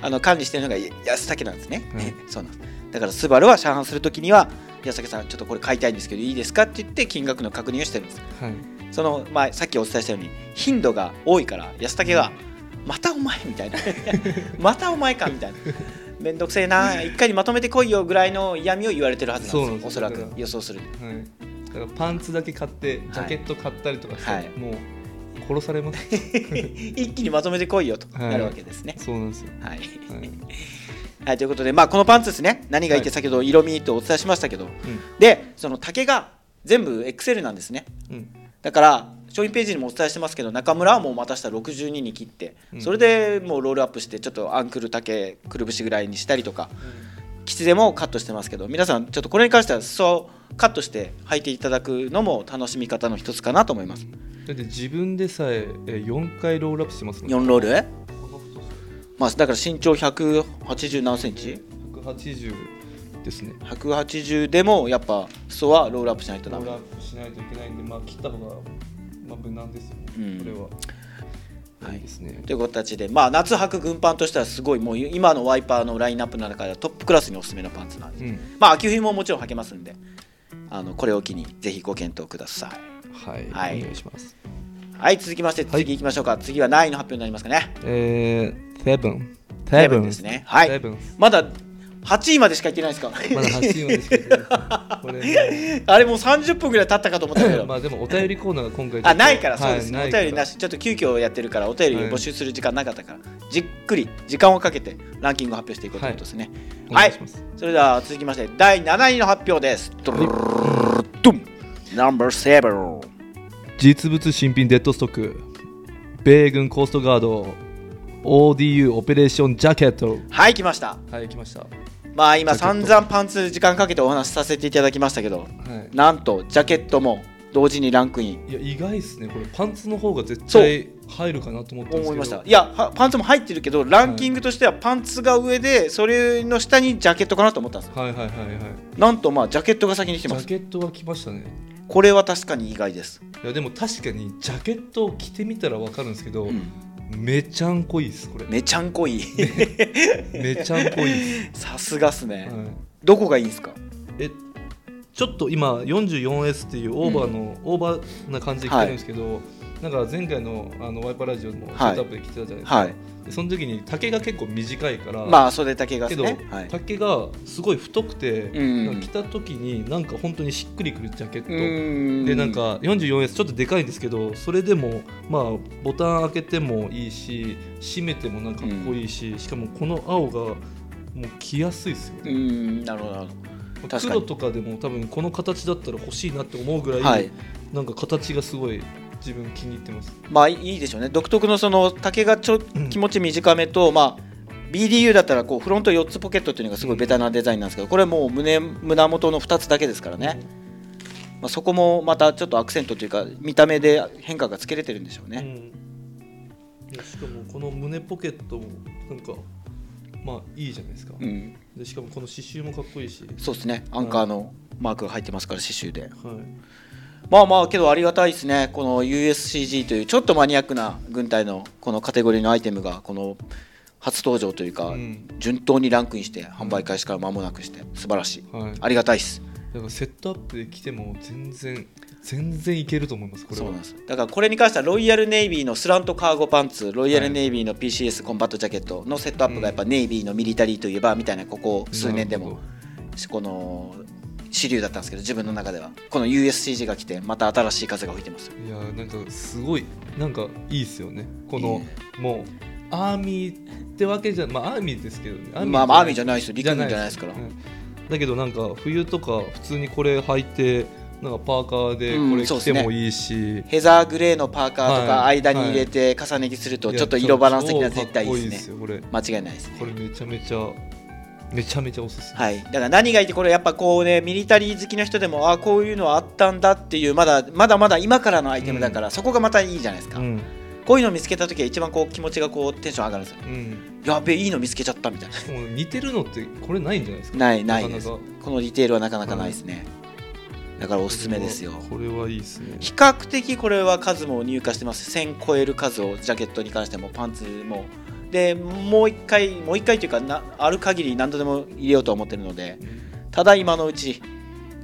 Speaker 3: あの管理してるのが安武なんですね、
Speaker 4: う
Speaker 3: そうなんですだからスバルは車販するときには安武さんちょっとこれ買いたいんですけどいいですかって言って金額の確認をしてるんです
Speaker 4: はい、
Speaker 3: その、まあ、さっきお伝えしたように頻度が多いから安武が「またお前」みたいな 「またお前か」みたいな「めんどくせえな一回にまとめてこいよ」ぐらいの嫌味を言われてるはずなんですよ
Speaker 4: そうなんですよだ
Speaker 3: おそらく
Speaker 4: から
Speaker 3: 予想する
Speaker 4: はい、だからパンツだけ買ってジャケット買ったりとかして、
Speaker 3: はい
Speaker 4: もう殺されます
Speaker 3: 一気にまとめてこいよと
Speaker 4: はい
Speaker 3: なるわけですね
Speaker 4: そうなんですよ、
Speaker 3: はい、
Speaker 4: はい
Speaker 3: はい、ということで、まあ、このパンツですね何がいいって
Speaker 4: はい
Speaker 3: 先ほど色味とお伝えしましたけど、でその丈が全部 XL なんですね
Speaker 4: うん
Speaker 3: だから商品ページにもお伝えしてますけど中村はもうまた下62に切って
Speaker 4: うん
Speaker 3: それでもうロールアップしてちょっとアンクル丈くるぶしぐらいにしたりとか吉でもカットしてますけど皆さんちょっとこれに関しては裾をカットして履いていただくのも楽しみ方の一つかなと思います
Speaker 4: だって自分でさええ4回ロールアップしてますもん
Speaker 3: 4ロールまあだから身長180何センチ
Speaker 4: 180ですね
Speaker 3: 180でもやっぱ裾はロールアップしないと
Speaker 4: ロ
Speaker 3: ダ
Speaker 4: ー
Speaker 3: メ
Speaker 4: ルアップしないといけないんでまあ切った方がまあ無難ですよね、
Speaker 3: うん
Speaker 4: これは、
Speaker 3: はい
Speaker 4: いですね
Speaker 3: という形で、まあ、夏履く軍パンとしてはすごいもう今のワイパーのラインナップの中ではトップクラスにおすすめのパンツなんです、
Speaker 4: うん
Speaker 3: まあ秋冬ももちろん履けますんであのこれを機にぜひご検討ください
Speaker 4: はい、
Speaker 3: はい
Speaker 4: お願いします
Speaker 3: はい続きまして
Speaker 4: はい
Speaker 3: 次行きましょうか、次は何位の発表になりますかね
Speaker 4: えー、セブン
Speaker 3: セブンですねはい
Speaker 4: セブン
Speaker 3: まだ8位までしか行ってないですか
Speaker 4: まだ8位までしか出てないこれ
Speaker 3: あれもう30分ぐらい経ったかと思ったけ ど
Speaker 4: まあでもお便りコーナーが今回
Speaker 3: あないからそうです、
Speaker 4: ね
Speaker 3: ねお便りなしちょっと急遽やってるからお便り募集する時間なかったから、じっくり時間をかけてランキングを発表していこうということですね、
Speaker 4: お
Speaker 3: は
Speaker 4: 願い
Speaker 3: い
Speaker 4: します、
Speaker 3: それでは続きまして第7位の発表です。ドゥルルルルドゥン Number seven
Speaker 4: 実物新品デッドストック米軍コーストガード ODU オペレーションジャケット
Speaker 3: はい来ました
Speaker 4: はい来ました、は
Speaker 3: まあ今
Speaker 4: ジャケッ
Speaker 3: 散
Speaker 4: ト
Speaker 3: 々パンツ時間かけてお話しさせていただきましたけどなんとジャケットも同時にランクイン
Speaker 4: い、いや意外ですねこれパンツの方が絶
Speaker 3: 対
Speaker 4: 対入るかなと思ったんですけど
Speaker 3: 思いましたいやはパンツも入ってるけどランキングとしてはパンツが上でそれの下にジャケットかなと思ったんですよ
Speaker 4: はいはいはいはい
Speaker 3: なんとまあジャケットが先に来て
Speaker 4: ジ
Speaker 3: ま
Speaker 4: ャ
Speaker 3: す
Speaker 4: ケットは来ましたね
Speaker 3: これは確かに意外です、
Speaker 4: いやでも確かにジャケットを着てみたらわかるんですけど、
Speaker 3: うん
Speaker 4: めちゃんこいいですこれ
Speaker 3: めちゃんこ いい
Speaker 4: めちゃんこいいです、
Speaker 3: さすがっす ね、
Speaker 4: はい
Speaker 3: どこがいいんですか
Speaker 4: えちょっと今 44S っていうオーバーの、オーバーな感じで来てるんですけど、なんか前回のあのワイパーラジオのセットアップで来てたじゃないですか、
Speaker 3: はい
Speaker 4: でその時に丈が結構短いから、
Speaker 3: まあ袖丈がで
Speaker 4: け
Speaker 3: す
Speaker 4: ど、
Speaker 3: ねはい
Speaker 4: 丈がすごい太くて、
Speaker 3: ん
Speaker 4: なんか着た時になんか本当にしっくりくるジャケット、で
Speaker 3: で
Speaker 4: なんか 44S ちょっとでかいんですけどそれでもまあボタン開けてもいいし閉めてもなんかかっこいいし、しかもこの青がもう着やすいですよね
Speaker 3: うーんなるほどなるほ確か
Speaker 4: 黒
Speaker 3: に
Speaker 4: とかでも多分この形だったら欲しいなって思うぐらい、
Speaker 3: どはい
Speaker 4: なんか形がすごい自分気に入ってます
Speaker 3: まあいいでしょうね独特のその丈がちょ
Speaker 4: うん
Speaker 3: 気持ち短めと、まあ BDU だったらこうフロント4つポケットっていうのがすごいベタなデザインなんですけどこれもう胸胸元の2つだけですからね、まあ、そこもまたちょっとアクセントというか見た目で変化がつけれてるんでしょう
Speaker 4: う
Speaker 3: ね、
Speaker 4: ん、いやしかもこの胸ポケットもなんかまあいいじゃないですか、
Speaker 3: うん、
Speaker 4: でしかもこの刺繍もかっこいいし、
Speaker 3: そうですねアンカーのマークが入ってますから刺繍で
Speaker 4: はい、
Speaker 3: まあまあけどありがたいですねこの USCG というちょっとマニアックな軍隊のこのカテゴリーのアイテムがこの初登場というか、
Speaker 4: うん
Speaker 3: 順当にランクインして販売開始から間もなくして素晴らしい
Speaker 4: はい、だか
Speaker 3: ありがたいです
Speaker 4: らセットアップで来ても全然全然いけると思いますこれ
Speaker 3: そう
Speaker 4: は
Speaker 3: なんですだからこれに関してはロイヤルネイビーのスラントカーゴパンツロイヤルネイビーの PCS コンバットジャケットのセットアップがやっぱネイビーのミリタリーといえばみたいなここ数年で
Speaker 4: なる
Speaker 3: も
Speaker 4: ほ
Speaker 3: この主流だったんですけど自分の中ではこの USCG が来てまた新しい風が吹いてます
Speaker 4: どいやーなんかすごいなんかいいですよねこ
Speaker 3: いい
Speaker 4: の
Speaker 3: ね
Speaker 4: もうアーミーってわけじゃまあアーミーですけどねーミー
Speaker 3: まあまあアーミーじゃないですよ陸軍じゃないですから
Speaker 4: うんだけどなんか冬とか普通にこれ履いてなんかパーカーで
Speaker 3: うん
Speaker 4: これ
Speaker 3: そうっ
Speaker 4: 着
Speaker 3: す
Speaker 4: て
Speaker 3: ね
Speaker 4: もいいし、
Speaker 3: ヘザーグレーのパーカーとか
Speaker 4: はい
Speaker 3: 間に入れて重ね着すると
Speaker 4: いや
Speaker 3: ちょっと色バランス的には絶対い
Speaker 4: 超かっこ
Speaker 3: い
Speaker 4: いい
Speaker 3: で
Speaker 4: ですす
Speaker 3: ね
Speaker 4: よこれ
Speaker 3: 間違いないですね
Speaker 4: これめちゃめちゃめちゃめちゃおすすめ、
Speaker 3: はい、だから何がいいってこれやっぱこうねミリタリー好きの人でもああこういうのあったんだっていうまだまだまだ今からのアイテムだから、そこがまたいいじゃないですか、
Speaker 4: うん
Speaker 3: こういうの見つけた時は一番こう気持ちがこうテンション上がるんですよ
Speaker 4: うん、
Speaker 3: やべえいいの見つけちゃったみたいな
Speaker 4: もう似てるのってこれないんじゃないですか
Speaker 3: ないない
Speaker 4: か
Speaker 3: で
Speaker 4: な
Speaker 3: す
Speaker 4: か
Speaker 3: このディテールはなかなかないですね、だからおすすめですよ
Speaker 4: これはいいですね
Speaker 3: 比較的これは数も入荷してます1000超える数をジャケットに関してもパンツもでもう一回もう一回というかなある限り何度でも入れようとは思ってるのでただ今のうち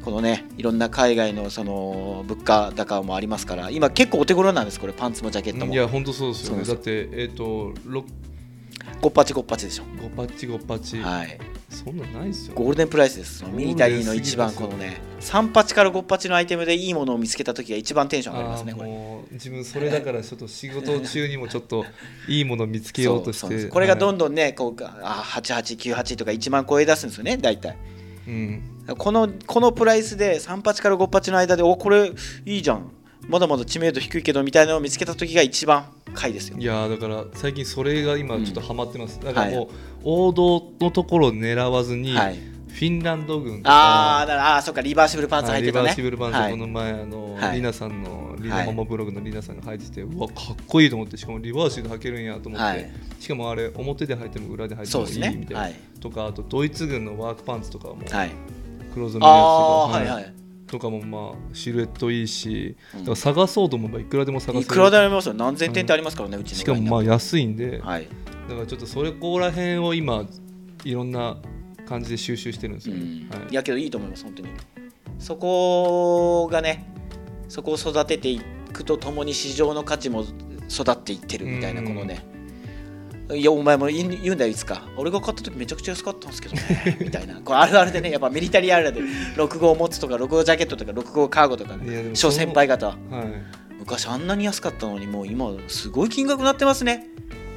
Speaker 3: このねいろんな海外のその物価高もありますから今結構お手頃なんですこれパンツもジャケット
Speaker 4: うん
Speaker 3: も
Speaker 4: いや本当そうですよね
Speaker 3: そ
Speaker 4: だ
Speaker 3: う
Speaker 4: ってえっ、と六
Speaker 3: ごっぱちごっぱちでしょ
Speaker 4: 五パッチ五パッチ、
Speaker 3: はい
Speaker 4: そんなんないですよ
Speaker 3: ゴールデンプライスですそのミリタリーの一番
Speaker 4: ゴ
Speaker 3: こ
Speaker 4: ー
Speaker 3: の
Speaker 4: ルデン
Speaker 3: ね3八から5八のアイテムでいいものを見つけた時が一番テンション上がりますね
Speaker 4: あー
Speaker 3: これ
Speaker 4: もう自分それだからちょっと仕事中にもちょっといいもの見つけようとし
Speaker 3: そうそうそ
Speaker 4: て
Speaker 3: うこれがど
Speaker 4: ん、
Speaker 3: んどんね、こうあ8898とか1万超え出すんですよね大体
Speaker 4: うん、
Speaker 3: このこのプライスで38から5八の間でおこれいいじゃんまだまだ知名度低いけどみたいなのを見つけた時が一番買いですよ
Speaker 4: いやーだから最近それが今ちょっとハマってます、だからもう、
Speaker 3: は
Speaker 4: 王道のところを狙わずに、
Speaker 3: はい
Speaker 4: フィンランド軍と
Speaker 3: あ
Speaker 4: か
Speaker 3: あだからあーそっかリバーシブルパンツ
Speaker 4: は
Speaker 3: 入
Speaker 4: い
Speaker 3: っ
Speaker 4: リ
Speaker 3: てた
Speaker 4: バ
Speaker 3: ね
Speaker 4: ーシブルバンズ、
Speaker 3: はい
Speaker 4: この前あの、
Speaker 3: はい
Speaker 4: リナさんのリ
Speaker 3: は
Speaker 4: ナ
Speaker 3: い
Speaker 4: ママブログのリナさんが履いてて、うわかっこいいと思ってしかもリバーシブル履けるんやと思って、
Speaker 3: はい
Speaker 4: しかもあれ表で履いても裏で履いて
Speaker 3: そう
Speaker 4: も
Speaker 3: です
Speaker 4: いいみ
Speaker 3: ね
Speaker 4: たいな、
Speaker 3: はい
Speaker 4: とかあとドイツ軍のワークパンツとかも
Speaker 3: はい
Speaker 4: 黒染めのやつとか、
Speaker 3: ああーはいはい
Speaker 4: とかもまあシルエットいいし、
Speaker 3: うん
Speaker 4: だから探そうと思えばいくらでも探せる
Speaker 3: いくらでもありますよ何千点ってありますからねうちの
Speaker 4: しかもま
Speaker 3: ラ
Speaker 4: あ
Speaker 3: イン
Speaker 4: 安いんで、
Speaker 3: ナップはい
Speaker 4: だからちょっとそれここら辺を今いろんな感じで収集してるんです
Speaker 3: う
Speaker 4: よ、
Speaker 3: ん
Speaker 4: はい
Speaker 3: い、やけどいいと思います本当にそこがねそこを育てていくとともに市場の価値も育っていってるみたいな
Speaker 4: うん
Speaker 3: このねいやお前も言う言うんだよいつか俺が買った時めちゃくちゃ安かったんですけ どねみたいなこれあるあるでねやっぱミリタリーあるあるで6号持つとか6号ジャケットとか6号カーゴとか
Speaker 4: いやでも
Speaker 3: 諸先輩方は
Speaker 4: はい、
Speaker 3: 昔あんなに安かったのにもう今すごい金額になってますね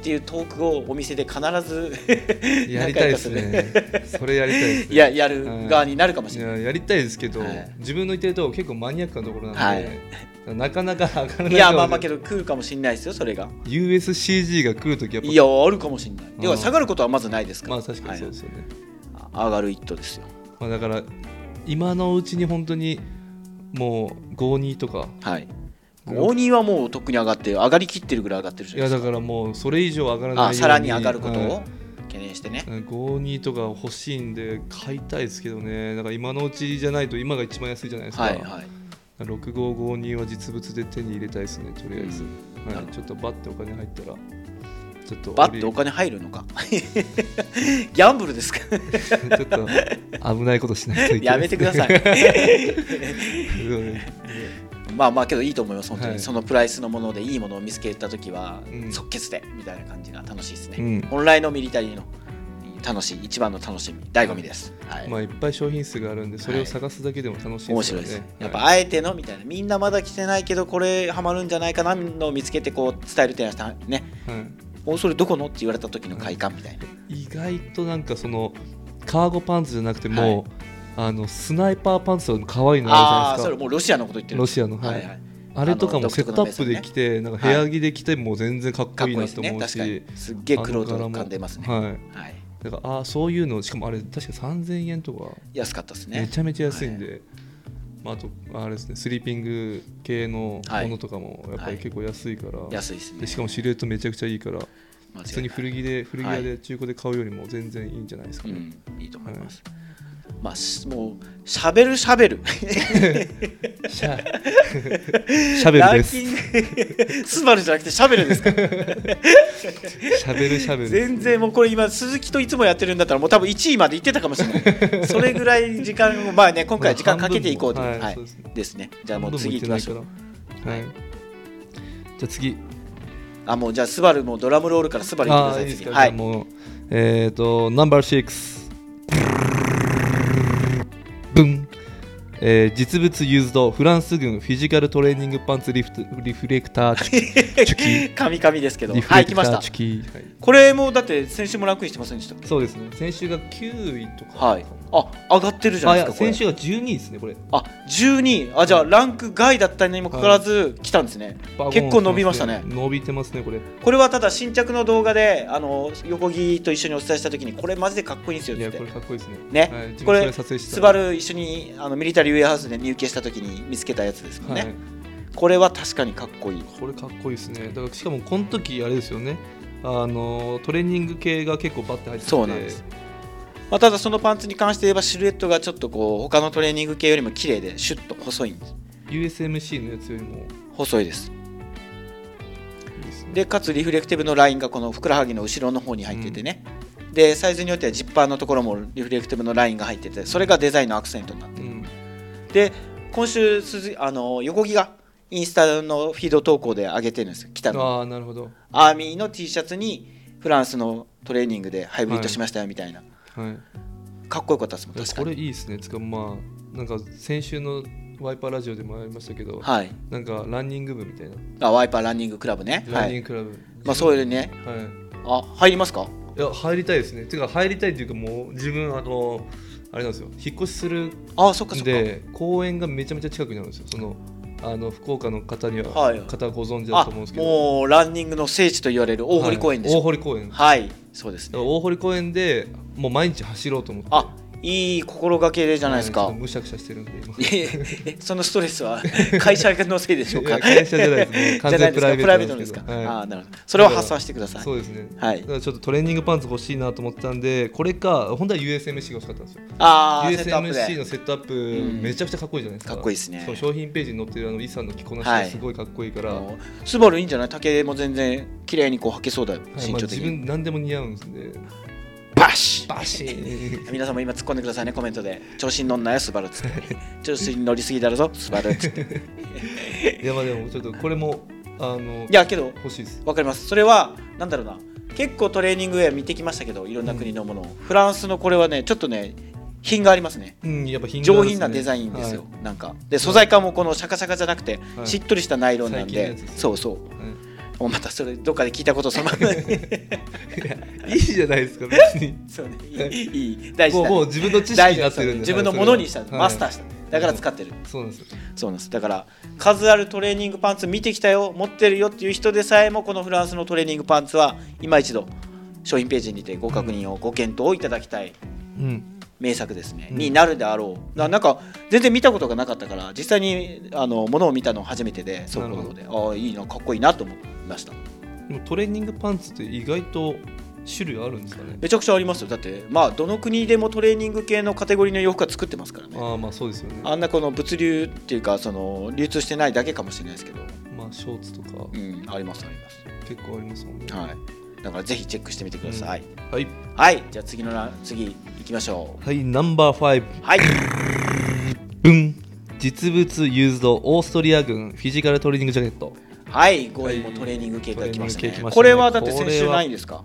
Speaker 3: っていうトークをお店で必ず
Speaker 4: やりたいですねそれやりたいです
Speaker 3: いややる側になるかもし
Speaker 4: い
Speaker 3: れない
Speaker 4: ややりたいですけど、
Speaker 3: はい
Speaker 4: 自分の言ってるとこ結構マニアックなところなんで、
Speaker 3: は
Speaker 4: なかなか上がらない
Speaker 3: いやまあまあけ
Speaker 4: ど
Speaker 3: ど来るかもしれないですよそれが
Speaker 4: USCG が来るときやっぱ
Speaker 3: いやあるかもしれない
Speaker 4: ん
Speaker 3: では下がることはまずないですから
Speaker 4: まあ確かにそうですよね、
Speaker 3: はい上がる一途ですよ
Speaker 4: まあ、だから今のうちに本当にもう52とか
Speaker 3: はい
Speaker 4: うん
Speaker 3: 大人はもうとっくに上がって上がりきってるぐらい上がってるじ
Speaker 4: い
Speaker 3: ゃ
Speaker 4: や
Speaker 3: ないで
Speaker 4: だ
Speaker 3: すか
Speaker 4: からもうそれ以上上がらないよう
Speaker 3: あさらに上がること
Speaker 4: はい
Speaker 3: を懸念してね
Speaker 4: 52とか欲しいんで買いたいですけどねだから今のうちじゃないと今が一番安いじゃないですか、
Speaker 3: はいはい
Speaker 4: 6552は実物で手に入れたいですねとりあえず、
Speaker 3: ん
Speaker 4: は、
Speaker 3: ないるほど
Speaker 4: ちょっとバッてお金入ったらちょっと
Speaker 3: バッとお金入るのか ギャンブ ルですか
Speaker 4: 金 ちょっと危ないことしないといけな
Speaker 3: や
Speaker 4: いで
Speaker 3: め
Speaker 4: す
Speaker 3: て
Speaker 4: ね
Speaker 3: ください
Speaker 4: そうね
Speaker 3: まあまあけどいいと思います本当に、
Speaker 4: はい
Speaker 3: そのプライスのものでいいものを見つけた時は
Speaker 4: うん
Speaker 3: 即決でみたいな感じが楽しいですね、
Speaker 4: うん
Speaker 3: 本来のミリタリーの楽しい一番の楽しみ醍醐味です、はい
Speaker 4: まあいっぱい商品数があるんでそれを探すだけでも楽しい
Speaker 3: 面
Speaker 4: です
Speaker 3: 白
Speaker 4: よね
Speaker 3: いです、
Speaker 4: はい
Speaker 3: やっぱあえてのみたいなみんなまだ着てないけどこれハマるんじゃないかなのを見つけてこう伝える提案したね
Speaker 4: はい
Speaker 3: おそれどこのって言われた時の快感みたいな、
Speaker 4: 意外となんかそのカーゴパンツじゃなくても、あのスナイパーパンツとかも可愛いのあ
Speaker 3: あ
Speaker 4: る
Speaker 3: あー
Speaker 4: じゃ
Speaker 3: そ
Speaker 4: な
Speaker 3: れ
Speaker 4: いで
Speaker 3: もうロシアのこと言っ
Speaker 4: すか
Speaker 3: てる
Speaker 4: ロシアの、はい
Speaker 3: はいはい
Speaker 4: あれとか
Speaker 3: あ
Speaker 4: も
Speaker 3: の
Speaker 4: セットアップで着て、なんか部屋着で着ても全然かっ
Speaker 3: か
Speaker 4: こ
Speaker 3: っ
Speaker 4: いい
Speaker 3: こい
Speaker 4: な
Speaker 3: いです
Speaker 4: と
Speaker 3: ね
Speaker 4: 思う
Speaker 3: 確
Speaker 4: し、
Speaker 3: かにすっげえ黒
Speaker 4: あの柄
Speaker 3: と
Speaker 4: も
Speaker 3: 感出ますね
Speaker 4: はい
Speaker 3: はい、
Speaker 4: だからああそういうのしかもあれ確か3000円とか
Speaker 3: 安かったですね
Speaker 4: めちゃめちゃ安いんで、まあ、あとあれですねスリーピング系のものとかもやっぱり結構安いから、
Speaker 3: 安いですね
Speaker 4: でしかもシルエットめちゃくちゃいいから、
Speaker 3: 間違いない
Speaker 4: 普通に古着で古着屋で中古で買うよりも全然いいんじゃないですか
Speaker 3: う
Speaker 4: ね、
Speaker 3: ん、いいと思います。まあ、しもう、しゃべるしゃべる。
Speaker 4: シャシャベル
Speaker 3: ラ
Speaker 4: で
Speaker 3: ン
Speaker 4: す
Speaker 3: キング、 スバルじゃなくてしゃべるですか。
Speaker 4: シャベルシャベル
Speaker 3: 全然もうこれ今、鈴木といつもやってるんだったら、もう多分1位まで行ってたかもしれ ない。それぐらい時間を、まあね、今回は時間かけていこうと。
Speaker 4: まあ
Speaker 3: はい、
Speaker 4: 半分もはいそうですね
Speaker 3: ですね。じゃあもう次行きましょう。
Speaker 4: うはいじゃあ次
Speaker 3: あ、もうじゃあスバルもうドラムロールからスバル行ってくだ
Speaker 4: あ
Speaker 3: さ
Speaker 4: ーい
Speaker 3: い。
Speaker 4: いです
Speaker 3: 次
Speaker 4: か、
Speaker 3: は
Speaker 4: じゃあ
Speaker 3: い。
Speaker 4: もうえっ、ー、とナンバー6ブンえー、実物ユーズドフランス軍フィジカルトレーニングパンツリフトリフレクターチュキチュキ
Speaker 3: カミカミですけど。
Speaker 4: リフ
Speaker 3: は
Speaker 4: レ
Speaker 3: い、
Speaker 4: ク
Speaker 3: 来
Speaker 4: タ
Speaker 3: まし
Speaker 4: ー
Speaker 3: た
Speaker 4: チ。ュキ、はい
Speaker 3: これもだって先週もランクインしてませんでしたっけ
Speaker 4: そうですね先週が9位とか
Speaker 3: はい。あ、上がってるじゃな
Speaker 4: あ
Speaker 3: い
Speaker 4: い
Speaker 3: で
Speaker 4: や
Speaker 3: すか。これ
Speaker 4: 先週が12位ですねこれ
Speaker 3: あ12あじゃあランク外だったにもかかわらず来たんですね、結構伸びましたね
Speaker 4: 伸びてますねこれ
Speaker 3: これはただ新着の動画であの横木と一緒にお伝えした時にこれマジでかっこいいんですよ
Speaker 4: い
Speaker 3: っ
Speaker 4: や
Speaker 3: つっ
Speaker 4: これ
Speaker 3: て
Speaker 4: かっこいいですね
Speaker 3: ね
Speaker 4: はい、自分
Speaker 3: こ
Speaker 4: そ
Speaker 3: れ
Speaker 4: れ撮影してた
Speaker 3: スバル一緒にあのミリタリーウェアハウスで入居した時に見つけたやつですもん
Speaker 4: は
Speaker 3: ね、
Speaker 4: い、
Speaker 3: これは確かにかっこいい
Speaker 4: これかっこいいですねだからしかもこの時あれですよねあのトレーニング系が結構バッて入ってて
Speaker 3: そうなんですまあ、ただそのパンツに関して言えばシルエットがちょっとこう他のトレーニング系よりも綺麗でシュッと細いんです
Speaker 4: USMC のやつよりも
Speaker 3: 細いです
Speaker 4: いいですね
Speaker 3: でかつリフレクティブのラインがこのふくらはぎの後ろの方に入っててね、でサイズによってはジッパーのところもリフレクティブのラインが入っててそれがデザインのアクセントになって
Speaker 4: う
Speaker 3: る、
Speaker 4: ん
Speaker 3: で今週鈴あの横木がインスタのフィード投稿で上げてるんですよ北の
Speaker 4: ああなるほど
Speaker 3: アーミーの T シャツにフランスのトレーニングでハイブリッドしましたよみたいな、
Speaker 4: はい
Speaker 3: かっこよかったですもん
Speaker 4: いや
Speaker 3: 確か
Speaker 4: これ
Speaker 3: に
Speaker 4: いいですねつかまあなんか先週のワイパーラジオでもありましたけど、
Speaker 3: はい
Speaker 4: なんかランニング部みたいな
Speaker 3: あワイパーランニングクラブね
Speaker 4: ラ
Speaker 3: は
Speaker 4: ンニン
Speaker 3: い
Speaker 4: グクラブ、
Speaker 3: まあそういうね
Speaker 4: はい
Speaker 3: あ入りますか
Speaker 4: いや入りたいですねてか入りたいというかもう自分あのあれなんですよ引っ越しする
Speaker 3: あそっか
Speaker 4: ん
Speaker 3: そっか
Speaker 4: で公園がめちゃめちゃ近くにあるんですよそのあの福岡の方には、
Speaker 3: はい
Speaker 4: 方はご存知だ
Speaker 3: あ
Speaker 4: と思うんですけど
Speaker 3: もうランニングの聖地と言われる大堀公園でし
Speaker 4: はい
Speaker 3: ょ
Speaker 4: 大堀公園だか
Speaker 3: はい、そうです
Speaker 4: ら
Speaker 3: ね。
Speaker 4: 大堀公園でもう毎日走ろうと思って
Speaker 3: あ、いい心がけでじゃないです
Speaker 4: は
Speaker 3: か
Speaker 4: ちょっと。むしゃくしゃしてるんで今
Speaker 3: いやいやえそのストレ スは会社のせいでしょう
Speaker 4: い
Speaker 3: か。
Speaker 4: や会社じゃないですもう完全に
Speaker 3: じゃな
Speaker 4: プ
Speaker 3: いですかプ
Speaker 4: ラ
Speaker 3: ラ
Speaker 4: イ
Speaker 3: イ
Speaker 4: ベ
Speaker 3: ベ
Speaker 4: ートなで
Speaker 3: ートなんんですす
Speaker 4: け
Speaker 3: か
Speaker 4: ど。はい
Speaker 3: あー、なるほど。それを発散してください。
Speaker 4: そうですね、
Speaker 3: はい
Speaker 4: だからちょっとトレーニングパンツ欲しいなと思ってたんでこれか本当は USMC が欲しかったんですよ
Speaker 3: ああ、セットアップ
Speaker 4: USMC
Speaker 3: で
Speaker 4: の。セットアップ、
Speaker 3: うん
Speaker 4: めちゃくちゃかっこいいじゃないですか
Speaker 3: かっこいいですね
Speaker 4: そう商品ページに載ってるあのイさんの着こなし
Speaker 3: は
Speaker 4: が
Speaker 3: い
Speaker 4: すごいかっこいいから、はい
Speaker 3: もうスバルいいんじゃない竹も全然綺麗にこう履けそうだよ、身
Speaker 4: まあ、
Speaker 3: 長的
Speaker 4: 自
Speaker 3: に。
Speaker 4: 分何でも似合うんですんで
Speaker 3: バシッ
Speaker 4: バシー
Speaker 3: 皆さんも今突っ込んでくださいね、コメントで。調子に乗んなよ、スバルっつって。調子に乗りすぎだろぞ、スバルっつって。い
Speaker 4: いやまあでもちょっとこれもあの
Speaker 3: や、けど、
Speaker 4: 欲しいです
Speaker 3: わかります。それは、なんだろうな。結構トレーニングウェア見てきましたけど、いろんな国のものを。フランスのこれはね、ちょっとね、品がありますね。
Speaker 4: うんやっぱ品があるっ
Speaker 3: 上
Speaker 4: すね
Speaker 3: 品なデザインですよ。なんか。
Speaker 4: い
Speaker 3: で、素材感もこのシャカシャカじゃなくて、
Speaker 4: はい
Speaker 3: しっとりしたナイロンなん
Speaker 4: 最近の
Speaker 3: で、
Speaker 4: やつですね
Speaker 3: そうそう。
Speaker 4: は
Speaker 3: もうまたそれ、どっかで聞いたことそのまま
Speaker 4: いい やいいじゃないですか別に
Speaker 3: そうね、いい、いい、大事
Speaker 4: もう
Speaker 3: な
Speaker 4: もう自分の知識
Speaker 3: 大
Speaker 4: に
Speaker 3: 事
Speaker 4: な
Speaker 3: な
Speaker 4: ってるんで
Speaker 3: 自分のものにした、
Speaker 4: はい
Speaker 3: マスターした。だから使ってる。
Speaker 4: そうなんですよ
Speaker 3: そうなんです。だから、数あるトレーニングパンツ見てきたよ、持ってるよっていう人でさえも、このフランスのトレーニングパンツは、今一度、商品ページにてご確認を、ご検討をいただきたい
Speaker 4: うん
Speaker 3: 名作ですね、
Speaker 4: うん
Speaker 3: になるであろう。ななんか、全然見たことがなかったから、実際にあのものを見たの初めてで、そういうことで、ああ、いいな、かっこいいなと思いました。
Speaker 4: でもトレーニングパンツって意外と種類あるんですかね
Speaker 3: めちゃくちゃありますよ。だって、まあ、どの国でもトレーニング系のカテゴリーの洋服は作ってますからね。
Speaker 4: ああまあそうですよね
Speaker 3: あんなこの物流っていうかその流通してないだけかもしれないですけど、
Speaker 4: まあショーツとか
Speaker 3: うん、ありますあります。
Speaker 4: 結構ありますもんね
Speaker 3: はい、だからぜひチェックしてみてください。
Speaker 4: はい
Speaker 3: はい、じゃあ次のラ次行きましょ
Speaker 4: はいナンバーファイブ
Speaker 3: う。 はい、
Speaker 4: ブン実物ユーズドオーストリア軍フィジカルトレーニングジャケット
Speaker 3: はい、5位もトレーニング系が来ました
Speaker 4: トレーニング系来
Speaker 3: ね。
Speaker 4: ましたね
Speaker 3: これはだって
Speaker 4: これは
Speaker 3: 先週ないんですか。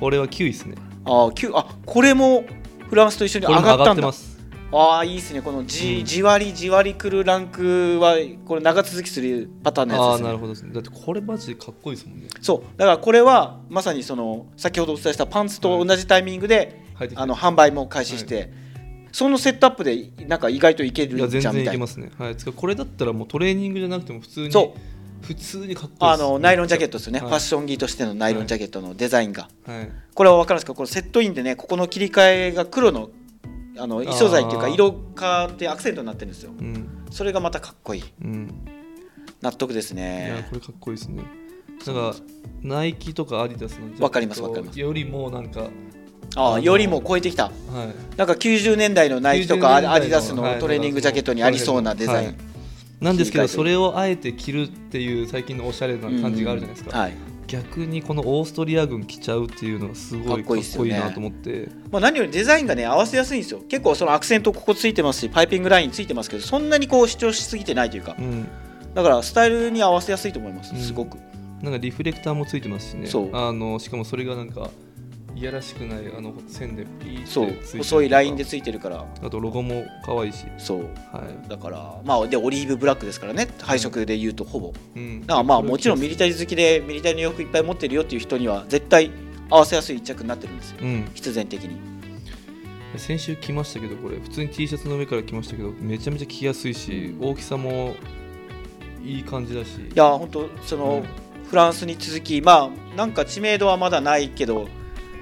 Speaker 4: これは9位ですね
Speaker 3: ああ、九あこれもフランスと一緒に
Speaker 4: これ
Speaker 3: 上
Speaker 4: も
Speaker 3: が
Speaker 4: 上
Speaker 3: っ
Speaker 4: が
Speaker 3: た
Speaker 4: っ
Speaker 3: ん
Speaker 4: て
Speaker 3: だ。
Speaker 4: ます
Speaker 3: ああいいですね。このじ、じわりじわりくるランクはこれ長続きするパターンのや
Speaker 4: ああ
Speaker 3: つです
Speaker 4: なる
Speaker 3: ね。
Speaker 4: ほどですねだってこれマジでかっこいいですもんね
Speaker 3: そうだからこれはまさにその先ほどお伝えしたパンツと同じタイミングで、
Speaker 4: 入ってきて
Speaker 3: あの販売も開始して、そのセットアップでなんか意外といけ
Speaker 4: いや
Speaker 3: る
Speaker 4: 全
Speaker 3: じゃん
Speaker 4: 然い
Speaker 3: みたい
Speaker 4: け
Speaker 3: な
Speaker 4: ますねはいつかこれだったらもうトレーニングじゃなくても普通に
Speaker 3: そう
Speaker 4: 普通にかっこいい
Speaker 3: あ
Speaker 4: です
Speaker 3: のナイロンジャケットですよね、
Speaker 4: はい
Speaker 3: ファッション着としてのナイロンジャケットのデザインが、
Speaker 4: はい
Speaker 3: これは分かるんですかこのセットインでねここの切り替えが黒のあの異素材っていうか
Speaker 4: あー
Speaker 3: 色化ってアクセントになってるんですよ
Speaker 4: うん
Speaker 3: それがまたかっこいい
Speaker 4: うん
Speaker 3: 納得です
Speaker 4: いや
Speaker 3: ね
Speaker 4: これかっこいいですねだからナイキとかアディダスのジャケット
Speaker 3: わかりますわかります
Speaker 4: よりもなんか、はい、
Speaker 3: あ
Speaker 4: あの
Speaker 3: あよりも超えてきたなんか90年代のナイキとか
Speaker 4: 90年代の
Speaker 3: アディダスの
Speaker 4: はい
Speaker 3: トレーニングジャケットにありそうなデザイ
Speaker 4: はい
Speaker 3: ン
Speaker 4: なんですけどそれをあえて着るっていう最近のおしゃれな感じがあるじゃないですか、
Speaker 3: はい
Speaker 4: 逆にこのオーストリア軍着ちゃうっていうのはすごい
Speaker 3: か
Speaker 4: か
Speaker 3: っ
Speaker 4: っ
Speaker 3: こ
Speaker 4: こ
Speaker 3: い
Speaker 4: い
Speaker 3: い
Speaker 4: い
Speaker 3: っすよね
Speaker 4: なと思って
Speaker 3: まあ、何よりデザインがね合わせやすいんですよ結構そのアクセントここついてますしパイピングラインついてますけどそんなにこう主張しすぎてないというか
Speaker 4: うん、
Speaker 3: だからスタイルに合わせやすいと思います
Speaker 4: うん
Speaker 3: すごく、
Speaker 4: なんかリフレクターもついてますしね
Speaker 3: そう
Speaker 4: あのしかもそれがなんかいやらしくないあの線でピーって
Speaker 3: そう
Speaker 4: ついてる
Speaker 3: 細いラインでついてるから
Speaker 4: あとロゴも可愛いし
Speaker 3: そう
Speaker 4: はい
Speaker 3: だからまあでオリーブブラックですからね配色で言うとほぼ
Speaker 4: うん、
Speaker 3: だからまあもちろんミリタリー好きでミリタリーの洋服いっぱい持ってるよっていう人には絶対合わせやすい一着になってるんですよ
Speaker 4: うん、
Speaker 3: 必然的に
Speaker 4: 先週着ましたけどこれ普通に T シャツの上から着ましたけどめちゃめちゃ着やすいし大きさもいい感じだし
Speaker 3: いや本当その、フランスに続きまあなんか知名度はまだないけど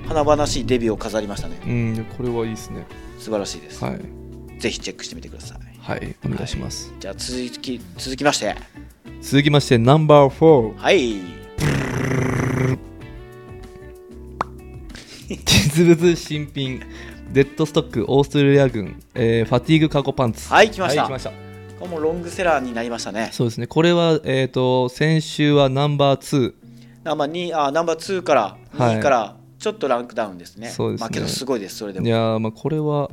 Speaker 3: 華々しいデビューを飾りましたね
Speaker 4: うんいやこれはいいですね
Speaker 3: 素晴らしいです、
Speaker 4: はい
Speaker 3: ぜひチェックしてみてください
Speaker 4: はいお願いします、
Speaker 3: じゃあ続き続きまして
Speaker 4: 続きましてナンバー4
Speaker 3: はい
Speaker 4: 実物新品デッドストックオーストラリア軍、えーファティーグカゴパンツ
Speaker 3: はい来ました
Speaker 4: はい、来ました
Speaker 3: これもロングセラーになりましたね
Speaker 4: そうですねこれは、えー、と先週はナンバー
Speaker 3: ナンバー2あナンバー2から
Speaker 4: はい
Speaker 3: 2からちょっとランクダウンですね、
Speaker 4: そうですね
Speaker 3: まあけどすごいですそれで
Speaker 4: 2い
Speaker 3: も、
Speaker 4: やーまあこれは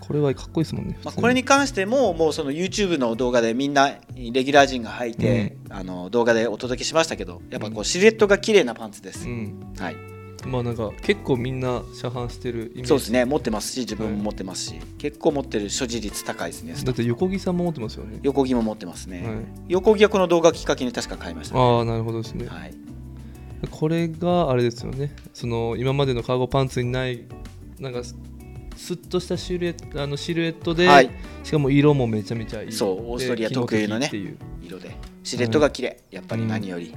Speaker 4: これはかっこいいですもんね、
Speaker 3: まあ、これに関してももうその YouTube の動画でみんなレギュラー陣が履いて、あの動画でお届けしましたけどやっぱこうシルエットが綺麗なパンツで
Speaker 4: 普
Speaker 3: す、
Speaker 4: 通にうん
Speaker 3: はい
Speaker 4: まあなんか結構みんな車販してるイメージ
Speaker 3: そうですね持ってますし自分も持ってますし、結構持ってる所持率高いですね
Speaker 4: だって横木さんも持ってますよね。
Speaker 3: 横着も持ってますね、
Speaker 4: はい、
Speaker 3: 横着はこの動画きっかけに確か買いました、ね
Speaker 4: ああなるほどですね。
Speaker 3: はい、
Speaker 4: これがあれですよね。その今までのカーゴパンツにないなんかすスッとしたシルエットあのシルエットで、
Speaker 3: はい
Speaker 4: しかも色もめちゃめちゃいい。
Speaker 3: そう
Speaker 4: で
Speaker 3: オーストリア特有のね
Speaker 4: 機能的っていう
Speaker 3: 色でシルエットが綺麗、やっぱり何より、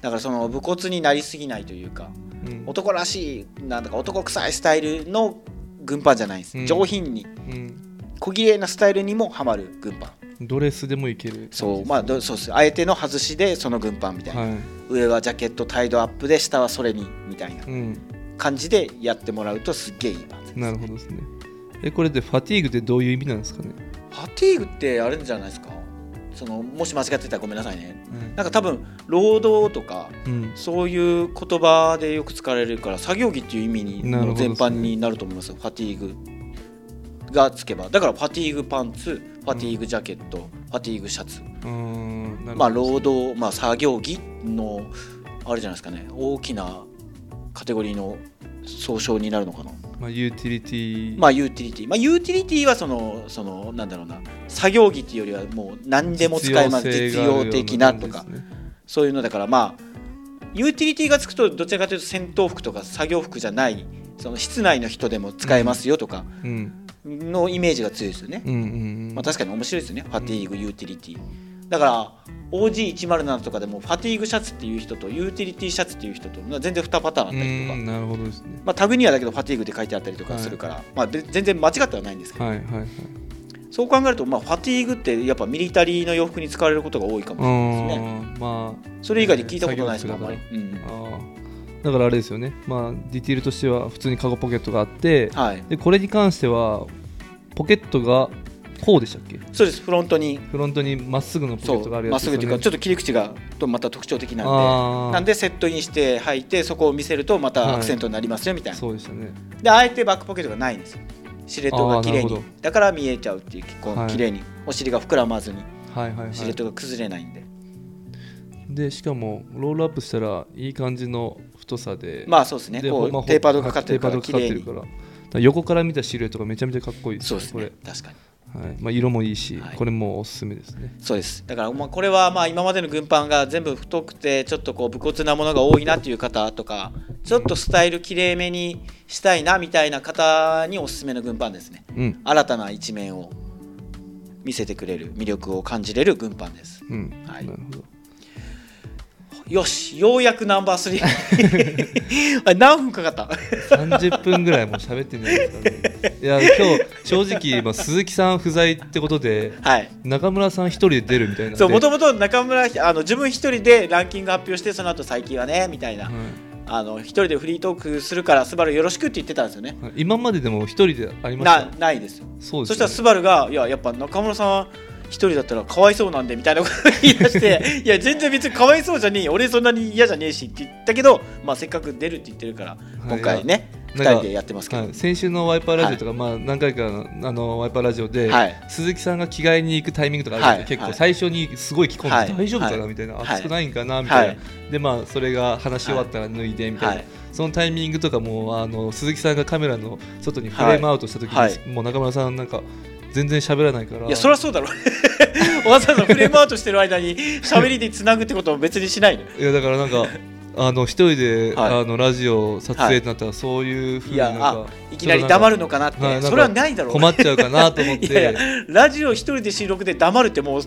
Speaker 3: だからその武骨になりすぎないというか
Speaker 4: うん
Speaker 3: 男らしいなんだか男臭いスタイルの軍パンじゃないんです、
Speaker 4: うん
Speaker 3: 上品に
Speaker 4: うん
Speaker 3: 小綺麗なスタイルにもハマる軍パン
Speaker 4: ドレスでもいける。
Speaker 3: そうまあどそうですあえての外しでその軍パンみたいな、
Speaker 4: は。
Speaker 3: 上はジャケットタイドアップで下はそれにみたいない
Speaker 4: うん。
Speaker 3: 感じでやってもらうとすっげえいいパンツです
Speaker 4: なるほどですね。えこれでファティーグってどういう意味なんですかね。
Speaker 3: ファティーグってあれじゃないですかそのもし間違ってたらごめんなさいねなんか多分労働とか
Speaker 4: うん。
Speaker 3: そういう言葉でよく使われるから作業着っていう意味に
Speaker 4: なるほどです
Speaker 3: 全
Speaker 4: ね
Speaker 3: 般になると思いますファティーグがつけばだからファティーグパンツファティーグジャケット、ファティーグシャツ
Speaker 4: うん。なるほど
Speaker 3: まあ労働、まあ、作業着のあれじゃないですかね大きなカテゴリーの総称になるのかな
Speaker 4: まあユーティリティ。
Speaker 3: まあユーティリティまあユーティリティはそのそのなんだろうな作業着っていうよりはもう何でも使えます実用的なとかそういうのだからまあユーティリティがつくとどちらかというと戦闘服とか作業服じゃないその室内の人でも使えますよとか
Speaker 4: うん
Speaker 3: のイメージが強いですよね、
Speaker 4: うんうん
Speaker 3: まあ、確かに面白いですよねファティーグユーティリティだから OG107 とかでもファティーグシャツっていう人とユーティリティシャツっていう人とまあ全然2パターンあったりと
Speaker 4: う
Speaker 3: か
Speaker 4: ん、なるほどですね
Speaker 3: まあ、タグにはだけどファティーグって書いてあったりとかするから、まあ、べ全然間違ってはないんですけど、
Speaker 4: はいはいはい
Speaker 3: そう考えると、まあ、ファティーグってやっぱミリタリーの洋服に使われることが多いかも
Speaker 4: う
Speaker 3: しれないですね
Speaker 4: んま
Speaker 3: それ以外で聞いたことないですもんあん
Speaker 4: 作業
Speaker 3: まり
Speaker 4: 服、あ
Speaker 3: うん
Speaker 4: あーだからあれですよねまあディティールとしては普通にカゴポケットがあって
Speaker 3: はい、
Speaker 4: でこれに関してはポケットがこうでしたっけ
Speaker 3: そうですフロントに
Speaker 4: フロントにまっすぐのポケ
Speaker 3: そ
Speaker 4: ットがあ
Speaker 3: う
Speaker 4: る
Speaker 3: ま
Speaker 4: や
Speaker 3: っ
Speaker 4: つ
Speaker 3: す
Speaker 4: です
Speaker 3: ぐ
Speaker 4: よね
Speaker 3: というかちょっと切り口がとまた特徴的なん
Speaker 4: あ
Speaker 3: で
Speaker 4: ー
Speaker 3: なんでセットインして履いてそこを見せるとまたアクセントになりますよみたいな、
Speaker 4: そうでしたね
Speaker 3: であえてバックポケットがないんですよシレットが綺
Speaker 4: あ
Speaker 3: 麗
Speaker 4: ーな
Speaker 3: に
Speaker 4: るほ
Speaker 3: だから見えちゃうっていう結構
Speaker 4: はい
Speaker 3: 綺麗に、お尻が膨らまずに
Speaker 4: はいはいは
Speaker 3: シレット
Speaker 4: い
Speaker 3: が崩れないんで、
Speaker 4: でしかもロールアップしたらいい感じの太さで
Speaker 3: まあそうですね
Speaker 4: でほ
Speaker 3: こ
Speaker 4: まあ
Speaker 3: う
Speaker 4: ほ
Speaker 3: テーパードがかかってるか
Speaker 4: テ
Speaker 3: ら
Speaker 4: ーパ
Speaker 3: 綺
Speaker 4: ードがかかってる
Speaker 3: 麗に
Speaker 4: からだから横から見たシルエットがめちゃめちゃかっこいいです
Speaker 3: そう
Speaker 4: ね
Speaker 3: です
Speaker 4: これ
Speaker 3: ね確かに
Speaker 4: はいまあ、色もいいし、
Speaker 3: はい
Speaker 4: これもおすすめですね。
Speaker 3: そうですだからまあこれはまあ今までの軍パンが全部太くてちょっとこう武骨なものが多いなっていう方とかちょっとスタイルきれいめにしたいなみたいな方におすすめの軍パンですね
Speaker 4: うん、
Speaker 3: 新たな一面を見せてくれる魅力を感じれる軍パンです
Speaker 4: うん、
Speaker 3: はい
Speaker 4: なるほど。
Speaker 3: よしようやくナンバー3 あれ何分かかった
Speaker 4: 30分ぐらいもう喋ってんじゃないですか、ね、いや今日正直、まあ、鈴木さん不在ってことで
Speaker 3: はい
Speaker 4: 中村さん一人で出るみたいなんで
Speaker 3: そうもともと中村あの自分一人でランキング発表してその後最近はねみたいな、
Speaker 4: は
Speaker 3: あの一人でフリートークするからスバルよろしくって言ってたんですよね
Speaker 4: い今まででも一人でありました
Speaker 3: なないですよ
Speaker 4: そう
Speaker 3: そ
Speaker 4: です
Speaker 3: した
Speaker 4: よ
Speaker 3: らスバルが「いややっぱ中村さんは一人だったらかわいそうなんで」みたいなことを言い出 して「いや全然別にかわいそうじゃねえ俺そんなに嫌じゃねえし」って言ったけど、まあ、せっかく出るって言ってるから今回ね
Speaker 4: なん
Speaker 3: 2
Speaker 4: か
Speaker 3: 人でやってますけど、
Speaker 4: はい、先週のワイパーラジオとか、まあ、何回かのあのワイパーラジオで、
Speaker 3: はい
Speaker 4: 鈴木さんが着替えに行くタイミングとかあるんですけど、
Speaker 3: はい
Speaker 4: 結構最初にすごい着込んで、
Speaker 3: はい
Speaker 4: 大丈夫か
Speaker 3: は
Speaker 4: ないみたいな、
Speaker 3: はい
Speaker 4: 暑くないんかなみたいな、
Speaker 3: はい
Speaker 4: でまあそれが話し終わったら脱いでみたいな、
Speaker 3: はい
Speaker 4: そのタイミングとかもあの鈴木さんがカメラの外にフレームアウトした時に、
Speaker 3: はい
Speaker 4: もう中村さんなんか全然喋らないから
Speaker 3: いやそりゃそうだろ わざわざフレームアウトしてる間に喋りでつなぐってことも別にしないの
Speaker 4: いやだからなん かあの一人で、
Speaker 3: はい
Speaker 4: あのラジオ撮影になったらそういうふう
Speaker 3: い
Speaker 4: にな
Speaker 3: や
Speaker 4: んか
Speaker 3: あいきなり黙るのかなって、
Speaker 4: はいなんか
Speaker 3: それはないだろう
Speaker 4: 困っちゃうかなと思って
Speaker 3: いやいやラジオ一人で収録で黙るってもう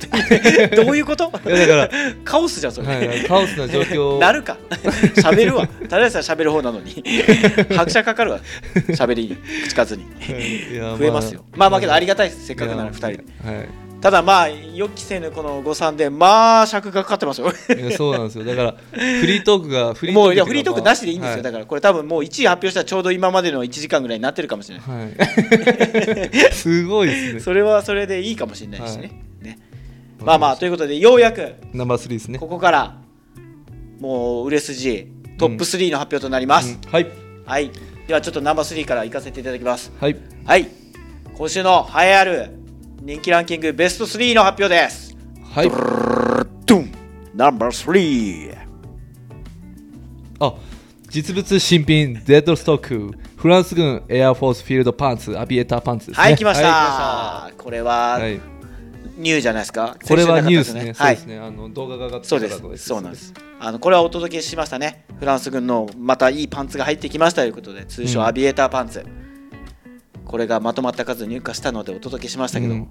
Speaker 3: どういうこと
Speaker 4: いやだから
Speaker 3: カオスじゃんそれ、
Speaker 4: はい、カオスな状況
Speaker 3: なるか 喋るわただでさえ喋る方な のに拍車かかるわ喋りに口数に
Speaker 4: いや
Speaker 3: 増えますよまあまあけどあり
Speaker 4: が
Speaker 3: がたいですせっかくなら2人で
Speaker 4: 人
Speaker 3: ただまあ予期せぬこの誤算でまあ尺がかかってますよ
Speaker 4: はいいやそうなんですよだからフリートークがフリー
Speaker 3: もういや
Speaker 4: って
Speaker 3: フ
Speaker 4: い
Speaker 3: リー
Speaker 4: うか
Speaker 3: トークなしでいいんですよ、
Speaker 4: はい
Speaker 3: だからこれ多分もう1位発表したらちょうど今までの1時間ぐらいになってるかもしれな
Speaker 4: は
Speaker 3: い、
Speaker 4: いすごいですね
Speaker 3: それはそれでいいかもしれないしね,、
Speaker 4: は
Speaker 3: ねまあまあということでようやく
Speaker 4: ナンバー3ですね
Speaker 3: ここからもう売れ筋トップ3の発表となります、
Speaker 4: うんはい
Speaker 3: はいではちょっとナンバー3からいかせていただきます
Speaker 4: はい
Speaker 3: はい今週の栄えある人気ランキングベスト3の発表です
Speaker 4: はい
Speaker 3: ドゥンナンバー
Speaker 4: あ実物新品デッドストックフランス軍エアフォースフィールドパンツアビエーターパンツですね
Speaker 3: はい来ました,、
Speaker 4: は
Speaker 3: これはい
Speaker 4: 来ましたはい
Speaker 3: ニューじゃないですか
Speaker 4: これは
Speaker 3: 先週な
Speaker 4: ニュース
Speaker 3: かった
Speaker 4: ねそう
Speaker 3: はい
Speaker 4: ですねあの動画が上がって
Speaker 3: そうで
Speaker 4: たの
Speaker 3: す。そうなんです。あのこれはお届けしましたね。フランス軍のまたいいパンツが入ってきましたということで、通
Speaker 4: う
Speaker 3: 称
Speaker 4: ん
Speaker 3: アビエーターパンツ。これがまとまった数入荷したのでお届けしましたけど、
Speaker 4: うんい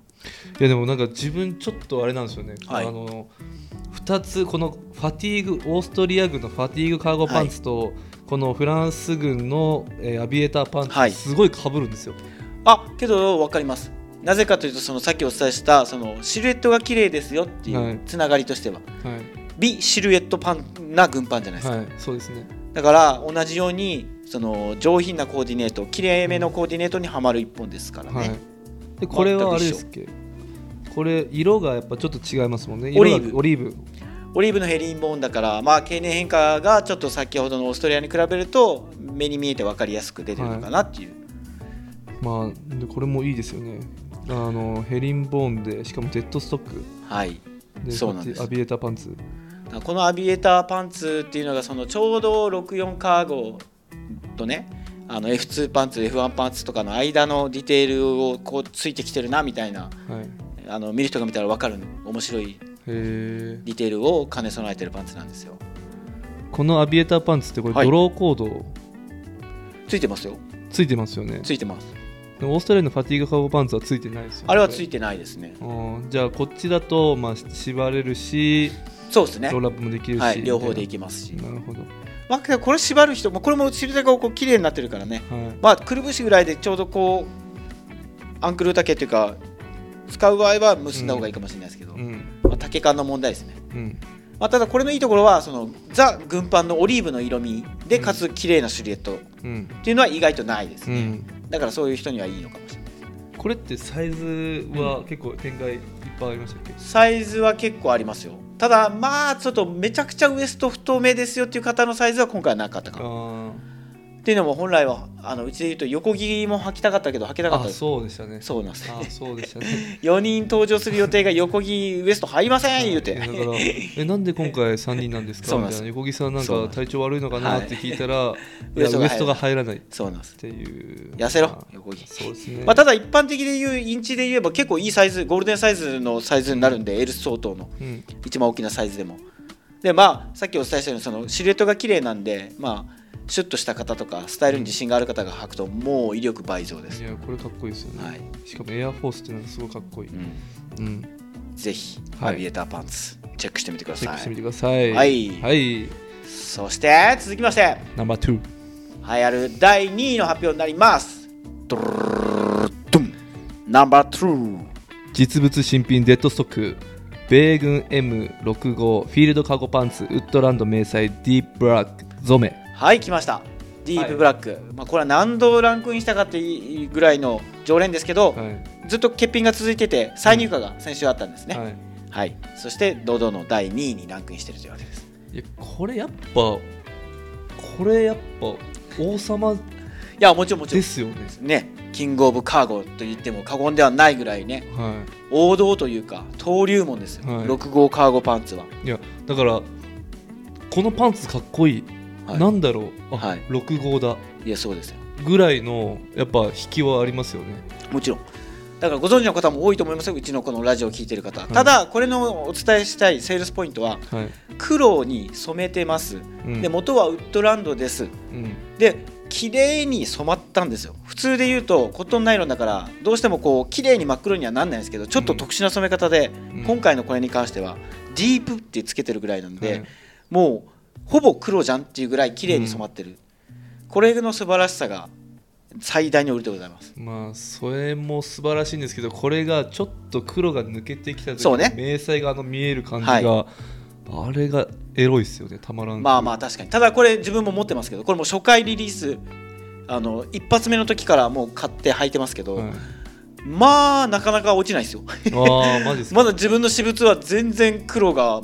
Speaker 4: やでもなんか自分ちょっとあれなんですよね、
Speaker 3: はい
Speaker 4: あの2つこのファティーグオーストリア軍のファティーグカーゴパンツと、このフランス軍の、えーアビエーターパンツ、
Speaker 3: はい
Speaker 4: すごい被るんですよ
Speaker 3: あけど分かります。なぜかというとそのさっきお伝えしたそのシルエットが綺麗ですよってい
Speaker 4: はいう
Speaker 3: つながりとしては、
Speaker 4: はい、
Speaker 3: 美シルエットパンな軍パンじゃないですか、
Speaker 4: はい、そうですね
Speaker 3: だから同じようにその上品なコーディネート綺麗めのコーディネートにはまる一本ですからね、
Speaker 4: はいでこれはあれですっけこれ色がやっぱちょっと違いますもんね色が
Speaker 3: オリーブ
Speaker 4: オリーブ
Speaker 3: オリーブのヘリンボーンだから、まあ、経年変化がちょっと先ほどのオーストラリアに比べると目に見えて分かりやすく出てるのかなっていう、
Speaker 4: まあでこれもいいですよねあのヘリンボーンでしかもデッドストック
Speaker 3: はい
Speaker 4: で
Speaker 3: そうなんです
Speaker 4: ファティアビエーターパンツ
Speaker 3: だからこのアビエーターパンツっていうのがそのちょうど64カーゴとねあの F2 パンツ F1 パンツとかの間のディテールをこうついてきてるなみたいな
Speaker 4: はいへ
Speaker 3: あの見る人が見たら分かる面白い
Speaker 4: え
Speaker 3: ディテールを兼ね備えてるパンツなんですよ
Speaker 4: このアビエーターパンツってこれ
Speaker 3: はい
Speaker 4: ドローコード
Speaker 3: ついてますよ
Speaker 4: ついてますよね、
Speaker 3: ついてます
Speaker 4: でもオーストラリアのファティーグカーゴパンツはついてないですよね
Speaker 3: あれはつい
Speaker 4: て
Speaker 3: てないですね
Speaker 4: じゃあこっちだと、まあ、縛れるし
Speaker 3: そうですね
Speaker 4: ロールアップもできるし、
Speaker 3: はい両方でい
Speaker 4: き
Speaker 3: きますし
Speaker 4: なるほど、
Speaker 3: まあ、けどこれ縛る人もこれもシルエットがこう綺麗になってるからね
Speaker 4: はい
Speaker 3: まあくるぶしぐらいでちょうどこうアンクル丈というか使う場合は結んだ方がいいかもしれないですけど、
Speaker 4: うん
Speaker 3: まあ、丈感の問題ですね、
Speaker 4: うん、
Speaker 3: まあ、ただこれのいいところはそのザ軍パンのオリーブの色味でかつ綺麗なシルエットっ
Speaker 4: うん
Speaker 3: ていうのは意外とないです
Speaker 4: う
Speaker 3: ね、
Speaker 4: ん、
Speaker 3: だからそういう人にはいいのかもしれない
Speaker 4: これってサイズは結構展開いっぱいありましたっけ、
Speaker 3: サイズは結構ありますよただまあちょっとめちゃくちゃウエスト太めですよっていう方のサイズは今回はなかったかな
Speaker 4: あ
Speaker 3: っていうのも本来はあのうちで言うと横切りも履きたかったけど履けな
Speaker 4: あ
Speaker 3: かった
Speaker 4: あ
Speaker 3: です
Speaker 4: そうでしたね
Speaker 3: そうなんです
Speaker 4: あそうでした ね
Speaker 3: 4人登場する予定が横木ウエスト入りません言うて、
Speaker 4: はいだからえなんで今回3人なんですか
Speaker 3: そう
Speaker 4: み
Speaker 3: なん
Speaker 4: たいな
Speaker 3: です
Speaker 4: 横木さんなん
Speaker 3: そうな
Speaker 4: か
Speaker 3: んです
Speaker 4: 体調悪いのかなって聞いた ら、いや
Speaker 3: ウエストが入ら
Speaker 4: ウ
Speaker 3: な
Speaker 4: エストが入らな
Speaker 3: い
Speaker 4: いっ
Speaker 3: そうなんです
Speaker 4: ていう
Speaker 3: 痩せろ
Speaker 4: まあ
Speaker 3: 横木
Speaker 4: そうですね、
Speaker 3: まあ、ただ一般的でいうインチで言えば結構いいサイズゴールデンサイズのサイズになるんで L 相当の
Speaker 4: うん、
Speaker 3: 一番大きなサイズでもでまあさっきお伝えしたようにそのシルエットが綺麗なんでまあシュッとした方とかスタイルに自信がある方が履くともう威力倍増です
Speaker 4: い、やこれかっこいいですよね、
Speaker 3: はい
Speaker 4: しかもエアフォースっていうのはすごいかっこいい、
Speaker 3: うん
Speaker 4: うん
Speaker 3: ぜひ、
Speaker 4: はい
Speaker 3: アビエーターパンツチェックしてみてくだ
Speaker 4: チェッ
Speaker 3: さ
Speaker 4: クしてみ
Speaker 3: い
Speaker 4: てください
Speaker 3: はい
Speaker 4: はい
Speaker 3: そして続きまして
Speaker 4: ナンバー2
Speaker 3: 流行る第2位の発表になりますドゥルルルルドゥンナンバー2
Speaker 4: 実物新品デッドストック米軍 M65 フィールドカゴパンツウッドランド迷彩ディープブラックゾメ
Speaker 3: はい来ましたディープブラック、まあ、これは何度ランクインしたかっていうぐらいの常連ですけど、
Speaker 4: はい
Speaker 3: ずっと欠品が続いてて再入荷が先週あったんですね、
Speaker 4: はい
Speaker 3: はい、そして堂々の第2位にランクインしてるというわけです
Speaker 4: いやこれやっぱこれやっぱ王様
Speaker 3: いやもちろんもちろ
Speaker 4: で
Speaker 3: ん
Speaker 4: すよね
Speaker 3: ねキングオブカーゴと言っても過言ではないぐらいね
Speaker 4: は
Speaker 3: 王道というか登竜門ですよ、
Speaker 4: はい
Speaker 3: 6号カーゴパンツは、
Speaker 4: いいやだからこのパンツかっこいい、
Speaker 3: はい
Speaker 4: なんだろうあ、
Speaker 3: はい
Speaker 4: 6号だ
Speaker 3: いやそうですよ
Speaker 4: ぐらいのやっぱ引きはありますよね
Speaker 3: もちろんだからご存知の方も多いと思いますようちのこのラジオを聞いてる方、
Speaker 4: い
Speaker 3: ただこれのお伝えしたいセールスポイントは
Speaker 4: はい、
Speaker 3: 黒に染めてます、
Speaker 4: うん
Speaker 3: で元はウッドランドです
Speaker 4: うん
Speaker 3: で綺麗に染まったんですよ普通で言うとコットンナイロンだからどうしてもこう綺麗に真っ黒にはなんないんですけどちょっと特殊な染め方で、
Speaker 4: ん
Speaker 3: 今回のこれに関してはディープってつけてるぐらいなんで、
Speaker 4: はい
Speaker 3: もうほぼ黒じゃんっていうぐらい綺麗に染まってる、これの素晴らしさが最大に売りでございます
Speaker 4: まあそれも素晴らしいんですけどこれがちょっと黒が抜けてきた時
Speaker 3: そうね
Speaker 4: 迷彩があの見える感じが、
Speaker 3: は
Speaker 4: あれがエロいっすよねたまらん
Speaker 3: まあまあ確かにただこれ自分も持ってますけどこれもう初回リリースあの一発目の時からもう買って履いてますけど、
Speaker 4: はい、あ
Speaker 3: まあなかなか落ちないですよ
Speaker 4: ーマジっすか
Speaker 3: まだ自分の私物は全然黒が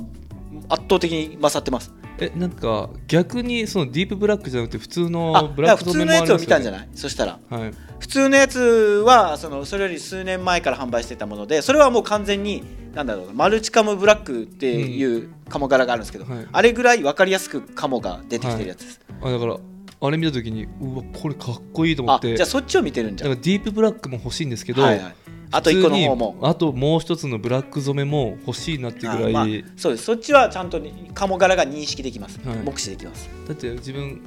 Speaker 3: 圧倒的に勝ってます
Speaker 4: えなんか逆にそのディープブラックじゃなくて普通
Speaker 3: あ
Speaker 4: のブ
Speaker 3: だ
Speaker 4: ラ
Speaker 3: から
Speaker 4: ック
Speaker 3: 普
Speaker 4: 染
Speaker 3: 通
Speaker 4: め
Speaker 3: の
Speaker 4: もあ
Speaker 3: や
Speaker 4: り
Speaker 3: つを
Speaker 4: ます
Speaker 3: 見
Speaker 4: よ
Speaker 3: たんじゃないそしたら
Speaker 4: ねはい
Speaker 3: 普通のやつはそのそれより数年前から販売してたものでそれはもう完全になんだろうなマルチカムブラックっていう鴨柄があるんですけど、
Speaker 4: はい
Speaker 3: あれぐらい分かりやすく鴨が出てきてるやつです、
Speaker 4: あだからあれ見た時にうわこれかっこいいと思っ
Speaker 3: あ
Speaker 4: て
Speaker 3: じゃあ
Speaker 4: だか
Speaker 3: そっちを見てるんじゃ
Speaker 4: ら
Speaker 3: ん
Speaker 4: ディープブラックも欲しいんですけど、
Speaker 3: はいはい、あと1個の方も
Speaker 4: 普通にあともう一つのブラック染めも欲しいなってぐらい、
Speaker 3: あまあそうですそっちはちゃんとに鴨柄が認識できます、
Speaker 4: はい
Speaker 3: 目視できます
Speaker 4: だって自分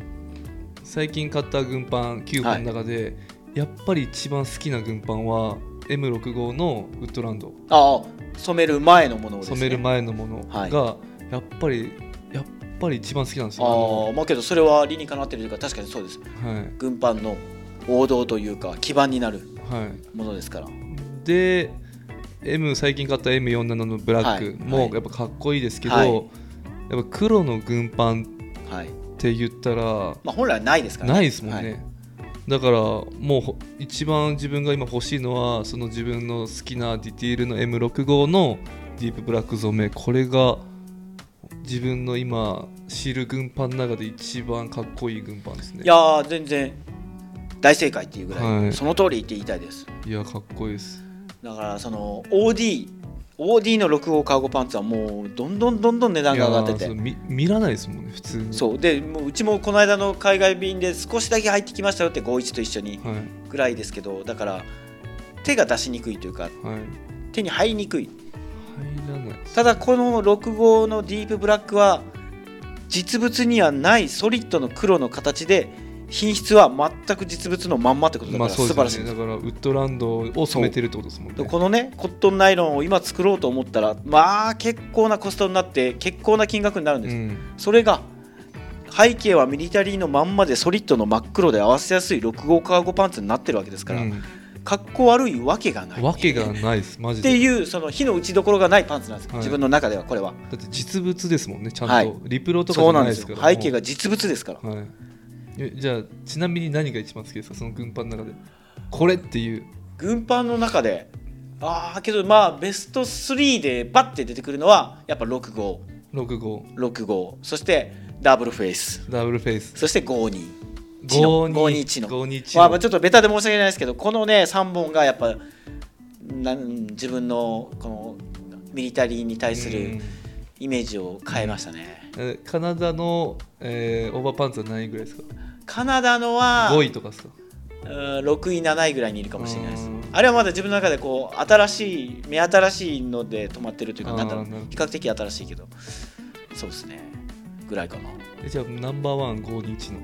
Speaker 4: 最近買った軍パン9本の中で、やっぱり一番好きな軍パンは M65 のウッドランド
Speaker 3: ああ染める前のものをです、ね、
Speaker 4: 染める前のもの
Speaker 3: はい
Speaker 4: がやっぱりやっぱり一番好きなんですよ
Speaker 3: ああまあけどそれは理にかなってるというか確かにそうです
Speaker 4: あのはい
Speaker 3: 軍パンの王道というか基盤になる
Speaker 4: は
Speaker 3: ものですから
Speaker 4: いで M 最近買った M47 のブラック
Speaker 3: はい
Speaker 4: も
Speaker 3: はい
Speaker 4: やっぱかっこいいですけど、
Speaker 3: はい
Speaker 4: やっぱ黒の軍パン
Speaker 3: はい
Speaker 4: って言ったら
Speaker 3: まあ本来はないですからね
Speaker 4: ないですもんね、
Speaker 3: はい
Speaker 4: だからもうほ一番自分が今欲しいのはその自分の好きなディティールの M65 のディープブラック染めこれが自分の今知る軍パンの中で一番かっこいい軍パンですね
Speaker 3: いやー全然大正解っていうぐらい、
Speaker 4: はい
Speaker 3: その通りって言いたいです
Speaker 4: いやかっこいいです
Speaker 3: だからその OD OD の6号カーゴパンツはもうどんどんどんどん値段が上がって
Speaker 4: いやーそ
Speaker 3: て
Speaker 4: う見見らないですもんね普通に
Speaker 3: そうでもううちもこの間の海外便で少しだけ入ってきましたよって51と一緒に
Speaker 4: はい
Speaker 3: ぐらいですけどだから手が出しにくいというか
Speaker 4: はい
Speaker 3: 手に入りにくい
Speaker 4: 入らないです
Speaker 3: ただこの6号のディープブラックは実物にはないソリッドの黒の形で品質は全く実物のまんまってことだか
Speaker 4: まあ
Speaker 3: ら
Speaker 4: そ
Speaker 3: 素
Speaker 4: うですよ
Speaker 3: 晴らしい
Speaker 4: ね
Speaker 3: です
Speaker 4: だからウッドランドを染めてるってことですもんね
Speaker 3: でこのねコットンナイロンを今作ろうと思ったらまあ結構なコストになって結構な金額になるん
Speaker 4: う
Speaker 3: です、
Speaker 4: ん
Speaker 3: それが背景はミリタリーのまんまでソリッドの真っ黒で合わせやすい6号カーゴパンツになってるわけですから、
Speaker 4: うん
Speaker 3: 格好悪いわけがない
Speaker 4: わけがないですマジ
Speaker 3: っ
Speaker 4: で
Speaker 3: ていうその火の打ちどころがないパンツなんです、
Speaker 4: はい
Speaker 3: 自分の中ではこれは
Speaker 4: だって実物ですもんねちゃんと、
Speaker 3: はい
Speaker 4: リプロとかじ
Speaker 3: そう
Speaker 4: ゃ
Speaker 3: な
Speaker 4: なんい
Speaker 3: で
Speaker 4: ですすか
Speaker 3: よ
Speaker 4: ら
Speaker 3: 背景が実物ですから
Speaker 4: はいえじゃあちなみに何が一番好きですかその軍パンの中でこれっていう
Speaker 3: 軍パンの中でああけどまあベスト3でパッて出てくるのはやっぱ6号
Speaker 4: 65
Speaker 3: 6号そしてダブルフェイス
Speaker 4: ダブルフェイス
Speaker 3: そして52チノ
Speaker 4: 521
Speaker 3: 521の
Speaker 4: 521
Speaker 3: まあ、ちょっとベタで申し訳ないですけどこのね3本がやっぱなん自分のこのミリタリーに対す
Speaker 4: う
Speaker 3: る
Speaker 4: ん
Speaker 3: イメージを変えましたね、
Speaker 4: えカナダの、えーオーバーパンツは何位ぐらいですか
Speaker 3: カナダのは
Speaker 4: 5位とかですか
Speaker 3: うん6位7位ぐらいにいるかもしれないです
Speaker 4: うん
Speaker 3: あれはまだ自分の中でこう新しい目新しいので止まってるというか
Speaker 4: あー
Speaker 3: なんだろう
Speaker 4: なるほど
Speaker 3: 比較的新しいけどそうですねぐらいかな
Speaker 4: えじゃあナンバーワン521の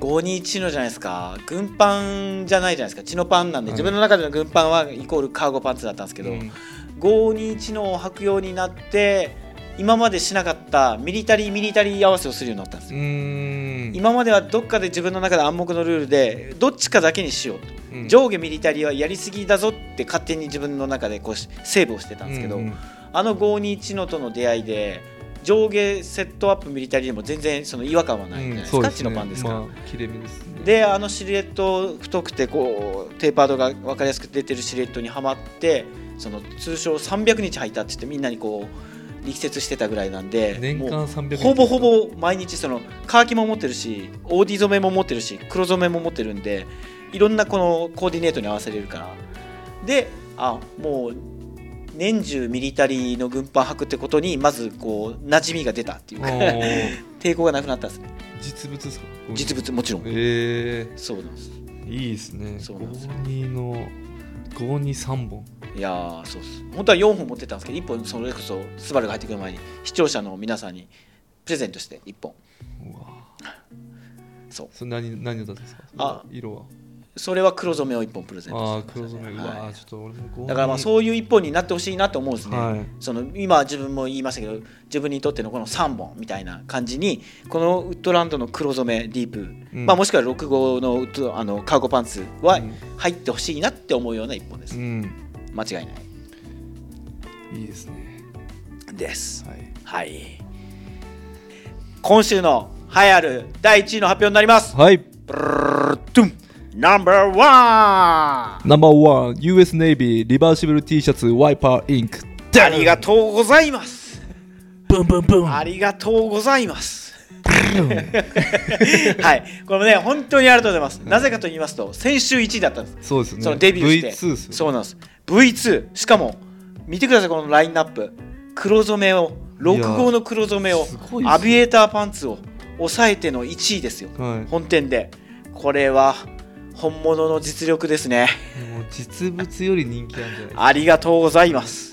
Speaker 3: 521チノじゃないですか軍パンじゃないじゃないですかチノパンなんで、
Speaker 4: はい
Speaker 3: 自分の中での軍パンはイコールカーゴパンツだったんですけど、
Speaker 4: うん
Speaker 3: 521のを履くようになって今までしなかったミリタリーミリタリー合わせをするようになったんです
Speaker 4: うーん
Speaker 3: 今まではどっかで自分の中で暗黙のルールでどっちかだけにしようと、
Speaker 4: うん
Speaker 3: 上下ミリタリーはやりすぎだぞって勝手に自分の中でこうしセーブをしてたんですけど、
Speaker 4: うんうん
Speaker 3: あの521のとの出会いで上下セットアップミリタリーでも全然その違和感はないじゃないですか、
Speaker 4: うんそう
Speaker 3: スカッチのパンですから、
Speaker 4: まあ、切れ目ですね
Speaker 3: であのシルエット太くてこうテーパードが分かりやすく出てるシルエットにはまってその通称300日履いたって言ってみんなにこう力説してたぐらいなんで
Speaker 4: 年
Speaker 3: も
Speaker 4: 間300
Speaker 3: うほぼほぼ毎日そのカーキも持ってるしオーディ染めも持ってるし黒染めも持ってるんでいろんなこのコーディネートに合わせれるからであもう年中ミリタリーの軍パン履くってことにまずこう馴染みが出たっていう
Speaker 4: お
Speaker 3: か
Speaker 4: ー
Speaker 3: 抵抗がなくなったんですね
Speaker 4: 実物ですか
Speaker 3: 実物もちろん
Speaker 4: え
Speaker 3: そうなんです
Speaker 4: ー、いいですね
Speaker 3: そうなんですよ
Speaker 4: 52の523本
Speaker 3: いやーそうです本当は4本持ってたんですけど1本それこそスバルが入ってくる前に視聴者の皆さんにプレゼントして1本
Speaker 4: うわ
Speaker 3: そう
Speaker 4: それ何何だったんですか
Speaker 3: あ
Speaker 4: 色は
Speaker 3: それは黒染めを1本プレゼン
Speaker 4: ああ
Speaker 3: ト
Speaker 4: ー
Speaker 3: して
Speaker 4: 黒
Speaker 3: ま
Speaker 4: 染
Speaker 3: したね
Speaker 4: めうわー、
Speaker 3: はい
Speaker 4: ちょっと俺も52
Speaker 3: だからまあそういう1本になってほしいなと思うんですね、
Speaker 4: はい
Speaker 3: その今自分も言いましたけど自分にとってのこの3本みたいな感じにこのウッドランドの黒染めディープ、
Speaker 4: うん
Speaker 3: まあ、もしくは6号のウッドあのカーゴパンツは
Speaker 4: うん
Speaker 3: 入ってほしいなって思うような1本です、
Speaker 4: うん
Speaker 3: 間違いない
Speaker 4: いいですね
Speaker 3: です
Speaker 4: はい
Speaker 3: はい今週の栄えある第1位の発表になります
Speaker 4: はい
Speaker 3: ブルルルトゥンナンバーワン
Speaker 4: ナンバーワン US ネイビーリバーシブル T シャツワイパーインク
Speaker 3: ありがとうございます
Speaker 4: ブンブンブン
Speaker 3: ありがとうございます。 はい、これもね、本当にありがとうございます。なぜかと言いますと、先週1位だったんで す。
Speaker 4: そうですね
Speaker 3: そのデビューして、
Speaker 4: V2 です
Speaker 3: そううなんです。V2、しかも、見てください、このラインナップ。黒染めを、6号の黒染めを
Speaker 4: すごいですね
Speaker 3: アビエーターパンツを抑えての1位ですよ、
Speaker 4: はい
Speaker 3: 本店で。これは本物の実力ですね。
Speaker 4: もう実物より人気なんじゃないですか
Speaker 3: ありがとうござ います。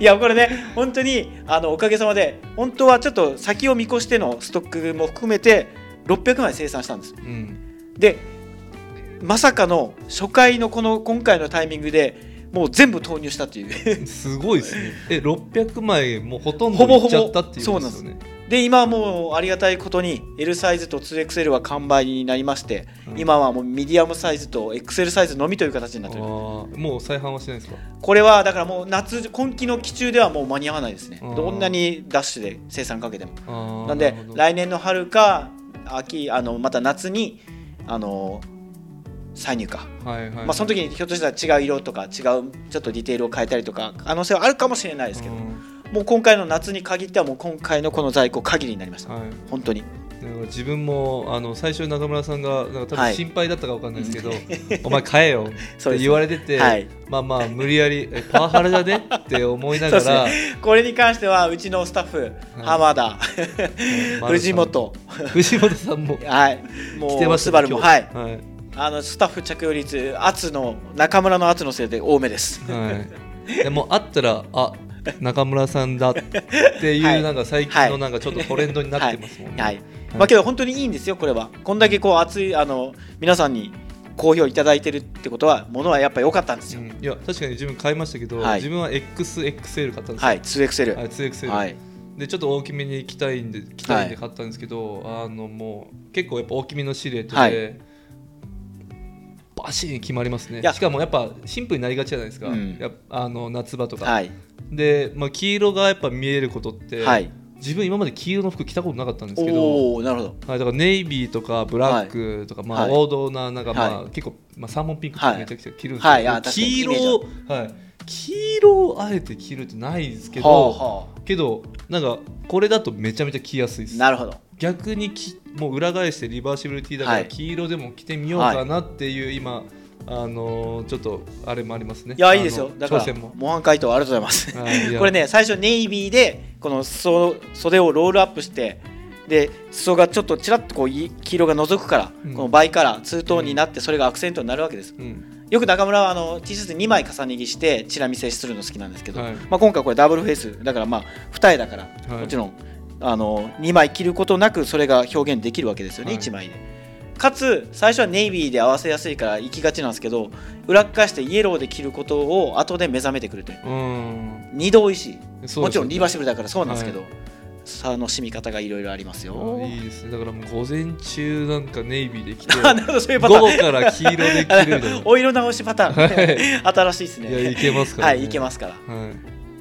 Speaker 3: いやこれね本当にあのおかげさまで本当はちょっと先を見越してのストックも含めて600枚生産したんです
Speaker 4: うん
Speaker 3: でまさかの初回のこの今回のタイミングでもう全部投入したっていう
Speaker 4: すごいですねえ600枚もうほとんど
Speaker 3: ほぼほぼ
Speaker 4: いっちゃったっていうんです
Speaker 3: そ
Speaker 4: よ
Speaker 3: うな
Speaker 4: ね
Speaker 3: で今はもうありがたいことに L サイズと 2XL は完売になりまして、
Speaker 4: うん
Speaker 3: 今はもうミディアムサイズと XL サイズのみという形にな
Speaker 4: あ
Speaker 3: っております
Speaker 4: ーもう再販はしないですか
Speaker 3: これはだからもう夏今季の期中ではもう間に合わないですね
Speaker 4: あー
Speaker 3: どんなにダッシュで生産かけても
Speaker 4: あー
Speaker 3: なんで
Speaker 4: るほど
Speaker 3: 来年の春か秋あのまた夏にあの再入荷、
Speaker 4: はいはいはい、
Speaker 3: まあ、その時にひょっとしたら違う色とか違うちょっとディテールを変えたりとか可能性はあるかもしれないですけど、
Speaker 4: うん
Speaker 3: もう今回の夏に限ってはもう今回のこの在庫限りになりました、
Speaker 4: はい
Speaker 3: 本当に
Speaker 4: だから自分もあの最初に中村さんがなんか多
Speaker 3: は
Speaker 4: 分
Speaker 3: い
Speaker 4: 心配だったかわかんないですけど、 お前買えよって言われてて、
Speaker 3: はい
Speaker 4: まあまあ無理やりえパワハラだ ねって思いな
Speaker 3: そう
Speaker 4: が
Speaker 3: です
Speaker 4: ら、
Speaker 3: ねこれに関してはうちのスタッフ、浜田、
Speaker 4: まだ
Speaker 3: 藤本
Speaker 4: 藤本さんも
Speaker 3: はいも
Speaker 4: 来て
Speaker 3: う
Speaker 4: まし
Speaker 3: ス
Speaker 4: た
Speaker 3: バ
Speaker 4: ね
Speaker 3: ルも
Speaker 4: 今日
Speaker 3: はい
Speaker 4: はい
Speaker 3: あのスタッフ着用率圧の中村の圧のせいで多めです
Speaker 4: はい、でも会ったらあ中村さんだっていう、
Speaker 3: はい
Speaker 4: なんか最近のなんかちょっとトレンドになってますもんね。
Speaker 3: はい、はいまあ、けど本当にいいんですよこれはこんだけこう熱いあの皆さんに好評いただいてるってことはものはやっぱ良かったんです
Speaker 4: う
Speaker 3: よ、
Speaker 4: んいや確かに自分買いましたけど、
Speaker 3: はい
Speaker 4: 自分は XXL 買ったんですよ、
Speaker 3: はい
Speaker 4: は
Speaker 3: 2XL
Speaker 4: い 2XL、
Speaker 3: はい
Speaker 4: でちょっと大きめに着たいんで着たいんで買ったんですけど、あのもう結構やっぱ大きめのシルエットで、
Speaker 3: はい
Speaker 4: バシーン決まりますね
Speaker 3: いや
Speaker 4: しかもやっぱシンプルになりがちじゃないですか、
Speaker 3: うん
Speaker 4: やっぱあの夏場とか、
Speaker 3: はい
Speaker 4: で、まあ、黄色がやっぱ見えることって、
Speaker 3: はい
Speaker 4: 自分今まで黄色の服着たことなかったんですけど
Speaker 3: おおなるほど
Speaker 4: はい、だからネイビーとかブラックとか、まあ
Speaker 3: はい
Speaker 4: 王道ななんか、まあ
Speaker 3: は
Speaker 4: 結構、まあ、サーモンピンク
Speaker 3: は
Speaker 4: と
Speaker 3: い
Speaker 4: かめちゃくちゃ着るんですけど、
Speaker 3: はいあ確かに
Speaker 4: 黄色
Speaker 3: イメー
Speaker 4: を、はい、黄色をあえて着るってないですけど、
Speaker 3: はあは
Speaker 4: けどなんかこれだとめちゃめちゃ着やすいで
Speaker 3: あ
Speaker 4: す
Speaker 3: なるほど
Speaker 4: 逆にきもう裏返してリバーシブルティーだか
Speaker 3: は
Speaker 4: ら
Speaker 3: い
Speaker 4: 黄色でも着てみようかなっていう、今あのーちょっとあれもありますね
Speaker 3: いやいいですよ
Speaker 4: あの
Speaker 3: だから
Speaker 4: 挑戦も
Speaker 3: 模範解答ありがとうございま す
Speaker 4: はいいや
Speaker 3: これね最初ネイビーでこの裾袖をロールアップしてで裾がちょっとちらっとこうい黄色が覗くから、
Speaker 4: うん
Speaker 3: このバイカラーツートーンになってそれがアクセントになるわけです
Speaker 4: うん
Speaker 3: よく中村はあの T シャツ2枚重ね着してチラ見せするの好きなんですけど、
Speaker 4: はい
Speaker 3: まあ、今回これダブルフェイスだからまあ二重だから、
Speaker 4: はい
Speaker 3: もちろんあの2枚着ることなくそれが表現できるわけですよね、
Speaker 4: はい
Speaker 3: 1枚でかつ最初はネイビーで合わせやすいから行きがちなんですけど裏っ返してイエローで着ることを後で目覚めてくるという
Speaker 4: うん
Speaker 3: 二度おいしい
Speaker 4: そうですね
Speaker 3: もちろんリバーシブルだからそうなんですけど、楽しみ方がいろいろありますよ
Speaker 4: あいいですねだからもう午前中なんかネイビーで着 て
Speaker 3: あなるほどそういうパタ
Speaker 4: 午
Speaker 3: ーン
Speaker 4: 後から黄色で着るみたい
Speaker 3: お色直しパターン、 新しいです
Speaker 4: な
Speaker 3: ね
Speaker 4: いやいけますから、
Speaker 3: は
Speaker 4: ね、
Speaker 3: いいけ
Speaker 4: す
Speaker 3: ますから
Speaker 4: はい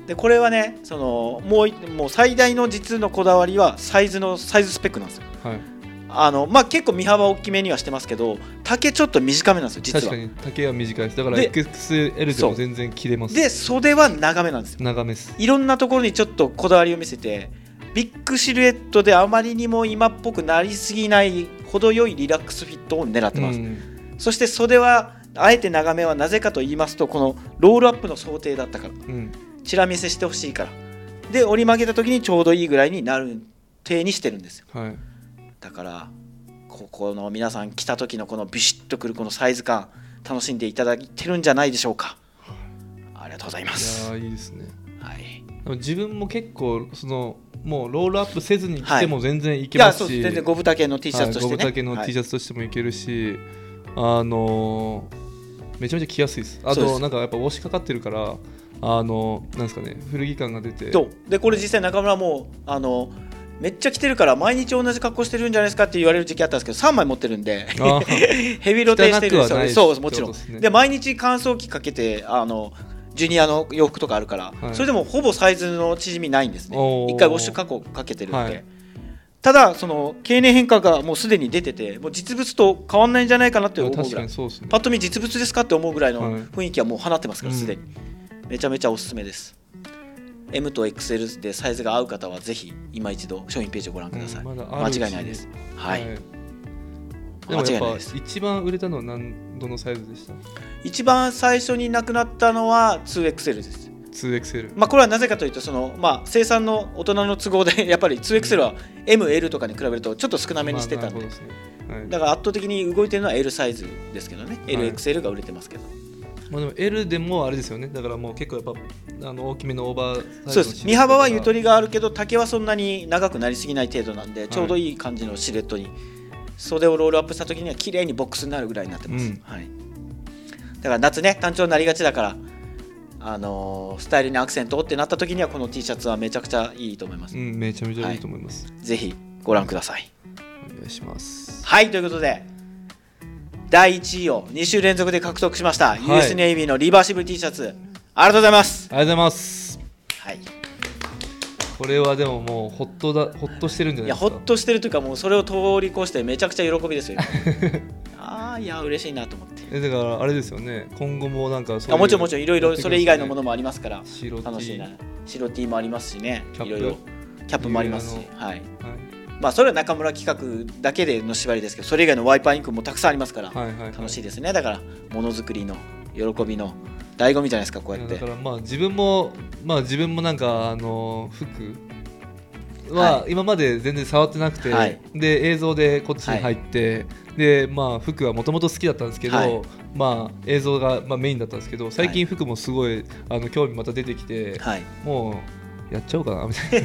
Speaker 3: でこれはねそのもういもう最大の実のこだわりはサイズのサイズスペックなんですよ
Speaker 4: はい、
Speaker 3: あのまあ結構身幅大きめにはしてますけど丈ちょっと短めなんですよ実
Speaker 4: 確か
Speaker 3: は
Speaker 4: に丈は短いですだから
Speaker 3: で
Speaker 4: XL で
Speaker 3: そ
Speaker 4: も
Speaker 3: う
Speaker 4: 全然着れます
Speaker 3: で袖は長めなんですよ
Speaker 4: 長めです
Speaker 3: いろんなところにちょっとこだわりを見せてビッグシルエットであまりにも今っぽくなりすぎない程よいリラックスフィットを狙ってます、
Speaker 4: ん、
Speaker 3: そして袖はあえて長めはなぜかと言いますとこのロールアップの想定だったから
Speaker 4: うん、
Speaker 3: チラ見せしてほしいからで折り曲げた時にちょうどいいぐらいになる体にしてるんですよ
Speaker 4: はい
Speaker 3: だからここの皆さん来た時のこのビシッとくるこのサイズ感楽しんでいただいてるんじゃないでしょうかありがとうございま
Speaker 4: い
Speaker 3: す
Speaker 4: やーいいですね
Speaker 3: はい
Speaker 4: でも自分も結構そのもうロールアップせずに着ても全然い
Speaker 3: い
Speaker 4: けま
Speaker 3: や
Speaker 4: す
Speaker 3: そう
Speaker 4: し、
Speaker 3: 全然ゴブタケの T シャツとしてね、
Speaker 4: はい、ゴム丈の T シ
Speaker 3: ャツ
Speaker 4: ャツとしてもいけるし、あのーめちゃめちゃ着やすいですあ
Speaker 3: そうです
Speaker 4: となんかやっぱ押しかかってるからあのーなんですかね古着感が出て
Speaker 3: そうでこれ実際中村もあのめっちゃ着てるから毎日同じ格好してるんじゃないですかって言われる時期あったんですけど3枚持ってるんで
Speaker 4: あー
Speaker 3: ヘビロテしてるん
Speaker 4: 汚くはない
Speaker 3: ですよそうもちろ
Speaker 4: っ
Speaker 3: ん
Speaker 4: てことですね
Speaker 3: で毎日乾燥機かけてあのジュニアの洋服とかあるから、
Speaker 4: はい
Speaker 3: それでもほぼサイズの縮みないんですね
Speaker 4: おー
Speaker 3: 一回ウォッシュ加工かけてるんで、
Speaker 4: はい
Speaker 3: ただその経年変化がもうすでに出ててもう実物と変わんないんじゃないかなって思う
Speaker 4: 確
Speaker 3: ぐら
Speaker 4: か
Speaker 3: い
Speaker 4: にそうですね
Speaker 3: パッと見実物ですかって思うぐらいの
Speaker 4: はい
Speaker 3: 雰囲気はもう放ってますから
Speaker 4: うん
Speaker 3: すでに、めちゃめちゃおすすめです M と XL でサイズが合う方はぜひ今一度商品ページをご覧ください、
Speaker 4: うんまだあ
Speaker 3: 間
Speaker 4: るし
Speaker 3: 違いないですはい、
Speaker 4: でも
Speaker 3: 間違
Speaker 4: や
Speaker 3: いない
Speaker 4: っ
Speaker 3: で
Speaker 4: ぱ
Speaker 3: す
Speaker 4: 一番売れたのは何どのサイズでした
Speaker 3: 一番最初になくなったのは 2XL です
Speaker 4: 2XL
Speaker 3: まあ、これはなぜかというとその、まあ、生産の大人の都合で やっぱり 2XL は ML とかに比べるとちょっと少なめにしてたん
Speaker 4: まあな
Speaker 3: で
Speaker 4: るほどですねはい
Speaker 3: だから圧倒的に動いてるのは L サイズですけどね
Speaker 4: い
Speaker 3: LXL が売れてますけど、
Speaker 4: まあ、でも L でもあれですよねだからもう結構やっぱあの大きめのオーバー
Speaker 3: そうです身幅はゆと
Speaker 4: り
Speaker 3: りがあるけど丈はそんなに長くなりすぎない程度なんでちょうどいい感じのシルエットに、袖をロールアップした時には綺麗にボックスになるぐらいになってます、
Speaker 4: うん
Speaker 3: はい、だから夏ね単調になりがちだからあのースタイルにアクセントをってなった時にはこの T シャツはめちゃくちゃいいと思います、
Speaker 4: うんめちゃめちゃいいと思います、
Speaker 3: ぜひご覧ください
Speaker 4: お願いします
Speaker 3: はいということで第1位を2週連続で獲得しました、US ネイビーのリバーシブル T シャツありがとうございます、
Speaker 4: ありがとうございます
Speaker 3: はい、
Speaker 4: これはでももうほっとだほっとしてるんじゃ
Speaker 3: い
Speaker 4: ない
Speaker 3: や
Speaker 4: で
Speaker 3: ほ
Speaker 4: す
Speaker 3: っ
Speaker 4: か
Speaker 3: としてるというかもうそれを通り越してめちゃくちゃ喜びですよ今 ああいや嬉しいなと思って
Speaker 4: えだからあれですよね今後もなんかそうい
Speaker 3: あ
Speaker 4: う
Speaker 3: もちろんもちろんいろいろそれ以外のも
Speaker 4: の
Speaker 3: のもありますから
Speaker 4: 白 T
Speaker 3: 楽しいな白 T もありますしね
Speaker 4: キャッ
Speaker 3: い
Speaker 4: プ
Speaker 3: ろいろキャップもありますし
Speaker 4: いろい、
Speaker 3: はい、
Speaker 4: はい
Speaker 3: まあそれは中村企画だけでの縛りですけどそれ以外のワイパーインクもたくさんありますから、
Speaker 4: はいはいはい
Speaker 3: 楽しいですねだからものづくりの喜びの醍醐味じゃないですかこうやっ
Speaker 4: い
Speaker 3: て
Speaker 4: やだからまあ自分もまあ自分もなんかあの服は今まで全然触ってなくて、
Speaker 3: はい
Speaker 4: で映像でこっちに入って、でまあ服はもともと好きだったんですけど、
Speaker 3: はい
Speaker 4: まあ映像がまあメインだったんですけど最近服もすごいあの興味また出てきて、
Speaker 3: はい、
Speaker 4: もうやっちゃおうかなみ たい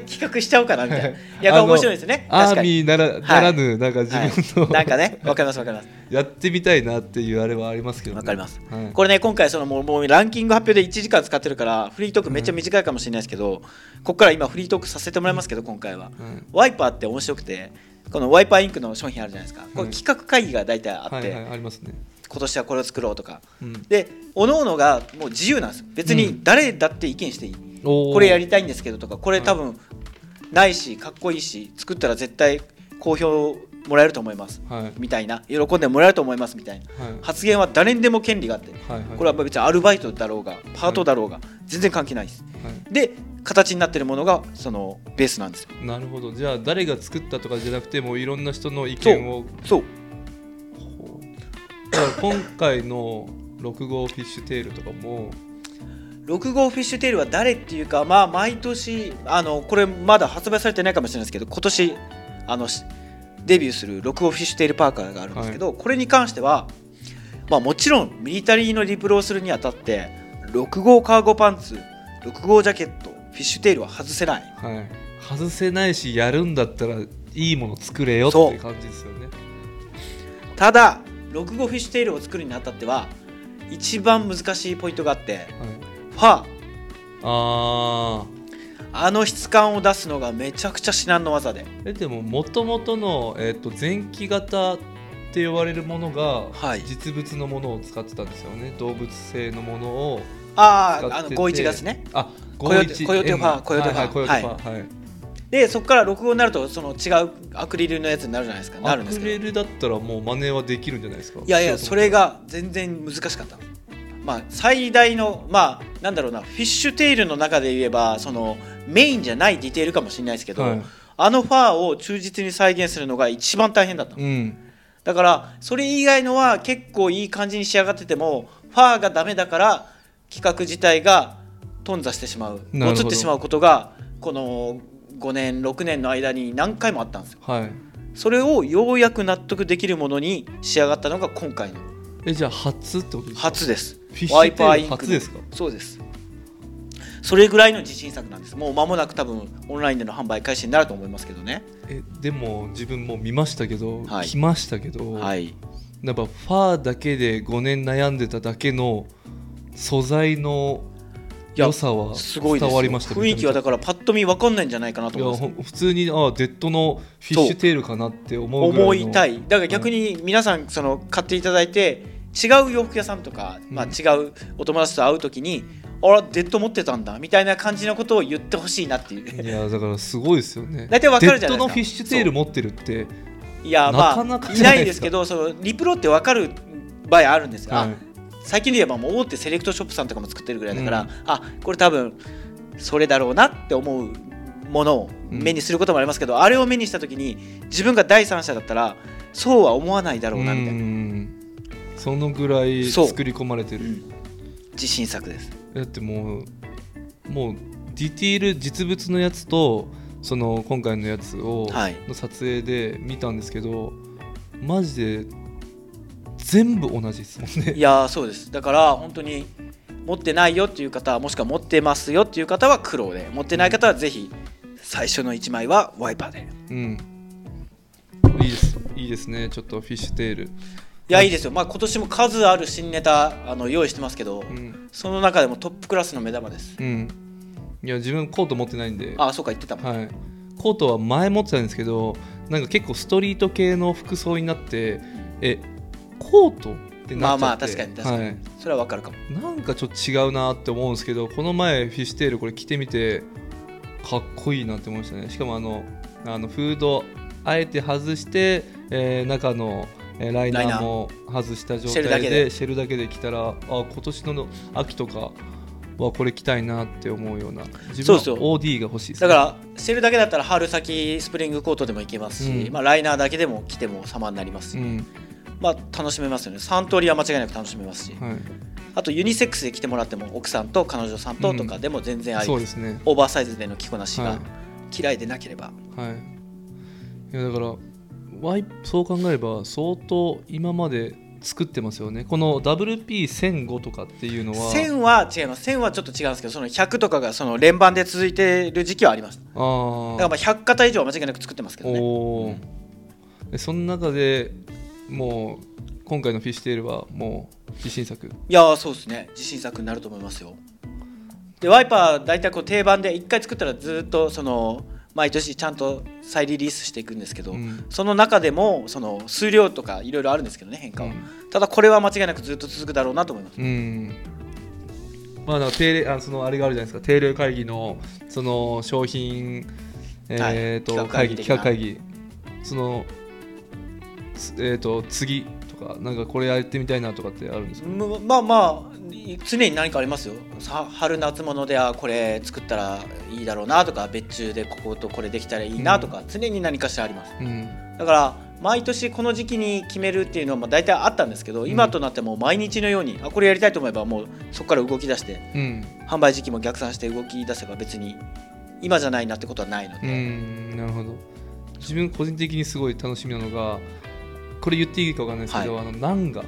Speaker 3: 企画しちゃおうかなみ たいな。いや、
Speaker 4: な
Speaker 3: これ面白いですね。
Speaker 4: あの
Speaker 3: 確
Speaker 4: ア
Speaker 3: か
Speaker 4: ー
Speaker 3: に。
Speaker 4: ミーなら,、ならぬなんか自分
Speaker 3: はい
Speaker 4: の、
Speaker 3: なんかね、わかりますわかります。
Speaker 4: やってみたいなっていうあれはありますけど、ね、
Speaker 3: わかります
Speaker 4: はい
Speaker 3: これね、今回そのもう、もうランキング発表で1時間使ってるから、フリートークめっちゃ短いかもしれないですけど、ここから今、フリートークさせてもらいますけど、今回は。
Speaker 4: はい
Speaker 3: ワイパーって面白くて、このワイパーインクの商品あるじゃないですか。こ
Speaker 4: は
Speaker 3: れ
Speaker 4: い
Speaker 3: 企画会議が大体あって、
Speaker 4: はいはいありますね、
Speaker 3: 今年はこれを作ろうとか。
Speaker 4: うん、
Speaker 3: で、各々がもう自由なんですよ。別
Speaker 4: う
Speaker 3: に
Speaker 4: ん
Speaker 3: 誰だって意見していい。これやりたいんですけどとかこれ多分ないしかっこいいし作ったら絶対好評もらえると思います
Speaker 4: はいはい
Speaker 3: みたいな喜んでもらえると思いますみたいな発言は誰にでも権利があって
Speaker 4: はいはい
Speaker 3: これは別にアルバイトだろうがパートだろうが全然関係ないです
Speaker 4: はい
Speaker 3: で形になってるものがそのベースなんですよ
Speaker 4: なるほどじゃあ誰が作ったとかじゃなくてもういろんな人の意見を
Speaker 3: そう
Speaker 4: だから今回の6号フィッシュテールとかも
Speaker 3: 6号フィッシュテールは誰っていうかまあ毎年あのこれまだ発売されてないかもしれないですけど今年あのしデビューする6号フィッシュテールパーカーがあるんですけど、これに関しては、まあ、もちろんミリタリーのリプロをするにあたって6号カーゴパンツ6号ジャケットフィッシュテールは外せない
Speaker 4: はい外せないしやるんだったらいいもの作れよっていう感じですよね
Speaker 3: ただ6語フィッシュテールを作るにあたっては一番難しいポイントがあってファー
Speaker 4: あ
Speaker 3: あの質感を出すのがめちゃくちゃ至難の技で
Speaker 4: ーえでももともとの、えー、と前期型って呼ばれるものが、
Speaker 3: はい
Speaker 4: 実物のものを使ってたんですよね動物性のものを
Speaker 3: あ
Speaker 4: 使って
Speaker 3: ああ
Speaker 4: て
Speaker 3: の51月ね
Speaker 4: あ
Speaker 3: コヨテ
Speaker 4: 51
Speaker 3: コヨテファ
Speaker 4: M
Speaker 3: コヨテフ
Speaker 4: はいは
Speaker 3: ァ
Speaker 4: いコヨテファはい
Speaker 3: でそこから6語になるとその違うアクリルのやつになるじゃないですかなるんで
Speaker 4: ア
Speaker 3: す
Speaker 4: ク
Speaker 3: け
Speaker 4: レ
Speaker 3: ど
Speaker 4: ルだったらもう真似はできるんじゃないですか
Speaker 3: いやいや
Speaker 4: し
Speaker 3: そ
Speaker 4: ようと思っ
Speaker 3: れが全然難しかったまあ最大のまあなんだろうなフィッシュテールの中で言えばそのメインじゃないディテールかもしれないですけど、
Speaker 4: はい
Speaker 3: あのファーを忠実に再現するのが一番大変だった
Speaker 4: たうん
Speaker 3: だからそれ以外のは結構いい感じに仕上がっててもファーがダメだから企画自体が頓挫してしまう
Speaker 4: なる
Speaker 3: も
Speaker 4: ほど
Speaker 3: つってしまうことがこの5年6年の間に何回もあったんですよ
Speaker 4: はい
Speaker 3: それをようやく納得できるものに仕上がったのが今回の
Speaker 4: えじゃあ初ってことですか
Speaker 3: 初です
Speaker 4: フィッシュテール
Speaker 3: インク
Speaker 4: 初ですか
Speaker 3: そうですそれぐらいの自信作なんですもう間もなく多分オンラインでの販売開始になると思いますけどね
Speaker 4: えでも自分も見ましたけど、
Speaker 3: はい
Speaker 4: 来ましたけど、
Speaker 3: はい
Speaker 4: やっぱファーだけで5年悩んでただけの素材の
Speaker 3: いや
Speaker 4: 良さは
Speaker 3: す
Speaker 4: 伝
Speaker 3: ごいですよ
Speaker 4: わりました
Speaker 3: 雰囲気はだ
Speaker 4: か
Speaker 3: からパッと見分かんないんじゃないかなと
Speaker 4: いや
Speaker 3: 思うんです
Speaker 4: ほん普通にあデッドのフィッシュテールかなって思うぐらいの
Speaker 3: 思いたいだから逆に皆さんその買っていただいて違う洋服屋さんとか、まあ、
Speaker 4: うん
Speaker 3: 違うお友達と会う時に「あらデッド持ってたんだ」みたいな感じのことを言ってほしいなっていう
Speaker 4: いやだからすごいですよね
Speaker 3: 大体わかるじゃな
Speaker 4: デッド
Speaker 3: いですか
Speaker 4: のフィッシュテール持ってるって
Speaker 3: いやまあ
Speaker 4: なかなか
Speaker 3: い
Speaker 4: じゃ
Speaker 3: な
Speaker 4: ないですか
Speaker 3: いですけどそのリプロって分かる場合あるんですよ、
Speaker 4: は
Speaker 3: あ最近で言えばもう大手セレクトショップさんとかも作ってるぐらいだから、
Speaker 4: うん
Speaker 3: あこれ多分それだろうなって思うものを目にすることもありますけど、あれを目にした時に自分が第三者だったらそうは思わないだ
Speaker 4: い
Speaker 3: ろうなみたいな
Speaker 4: うんそのぐらい
Speaker 3: そう
Speaker 4: 作り込まれてる
Speaker 3: 自信作です。
Speaker 4: だってもうもうディティール実物のやつとその今回のやつを、
Speaker 3: はい
Speaker 4: の撮影で見たんですけどマジで全部同じですもんね
Speaker 3: いやーそうですだから本当に持ってないよっていう方もしくは持ってますよっていう方は黒で持ってない方はぜひ最初の1枚はワイパーで
Speaker 4: うんいいですいいですねちょっとフィッシュテール、
Speaker 3: いやいいですよまあ今年も数ある新ネタあの用意してますけど、
Speaker 4: うん
Speaker 3: その中でもトップクラスの目玉です
Speaker 4: うん、いや自分コート持ってないんで
Speaker 3: ああそうか言ってたもん、
Speaker 4: はい、コートは前持ってたんですけどなんか結構ストリート系の服装になってえコートって
Speaker 3: ま
Speaker 4: な
Speaker 3: あ
Speaker 4: っち
Speaker 3: ま
Speaker 4: ゃ
Speaker 3: あ
Speaker 4: って
Speaker 3: 確かに確かに、
Speaker 4: はい
Speaker 3: それはわかるかも
Speaker 4: なんかちょっと違うなって思うんですけどこの前フィッシュテールこれ着てみてかっこいいなって思いましたねしかもあのあのフードあえて外して、えー中のえーライナ
Speaker 3: ライナ
Speaker 4: ー
Speaker 3: ー
Speaker 4: も外した状
Speaker 3: シェルだ
Speaker 4: 態
Speaker 3: け
Speaker 4: で
Speaker 3: で
Speaker 4: シェルだけで着たらあ今年の秋とかはこれ着たいなって思うような自分は
Speaker 3: そうそう
Speaker 4: OD が欲しいです、
Speaker 3: だ
Speaker 4: ね、
Speaker 3: からシェルだけだったら春先スプリングコートでもいけますし、
Speaker 4: うん
Speaker 3: まあ、ライナーだけでも着ても様になりますし、
Speaker 4: うん
Speaker 3: まあ楽しめますよね3通りは間違いなく楽しめますし、
Speaker 4: はい、
Speaker 3: あとユニセックスで着てもらっても奥さんと彼女さんととかでも全然あり
Speaker 4: そう
Speaker 3: です、
Speaker 4: ですね
Speaker 3: オーバーサイズでの着こなし
Speaker 4: は
Speaker 3: が嫌いでなければ、
Speaker 4: はいいやだからワイそう考えれば相当今まで作ってますよねこの WP1005 とかっていうのは
Speaker 3: 線は違います線はちょっと違うんですけどその100とかがその連番で続いてる時期はありましただ
Speaker 4: あー
Speaker 3: からまあ100型以上は間違いなく作ってますけどね
Speaker 4: おお、でその中でもう今回のフィッシュテールはもう自信作
Speaker 3: いやーそうですね自信作になると思いますよでワイパー大体こう定番で1回作ったらずっとその毎年ちゃんと再リリースしていくんですけど、
Speaker 4: うん
Speaker 3: その中でもその数量とかいろいろあるんですけどね変化は、
Speaker 4: うん
Speaker 3: ただこれは間違いなくずっと続くだろうなと思います
Speaker 4: うんまあだから定例あそのあれがあるじゃないですか定例会議のその商品、えーと
Speaker 3: 企画
Speaker 4: 会
Speaker 3: 会
Speaker 4: 議
Speaker 3: 議
Speaker 4: 企画会議そのつえっ、と次とかなんかこれやってみたいなとかってあるんですか、
Speaker 3: むまあまあ常に何かありますよさ春夏物であこれ作ったらいいだろうなとか別注でこことこれできたらいいなとか、常に何かしらあります
Speaker 4: うん、
Speaker 3: だから毎年この時期に決めるっていうのはまあ大体あったんですけど今となってもう毎日のように、あこれやりたいと思えばもうそこから動き出して
Speaker 4: うん
Speaker 3: 販売時期も逆算して動き出せば別に今じゃないなってことはないの
Speaker 4: う
Speaker 3: で、
Speaker 4: んなるほど自分個人的にすごい楽しみなのがこれ言っていいかわかんないですけど、あのナンガ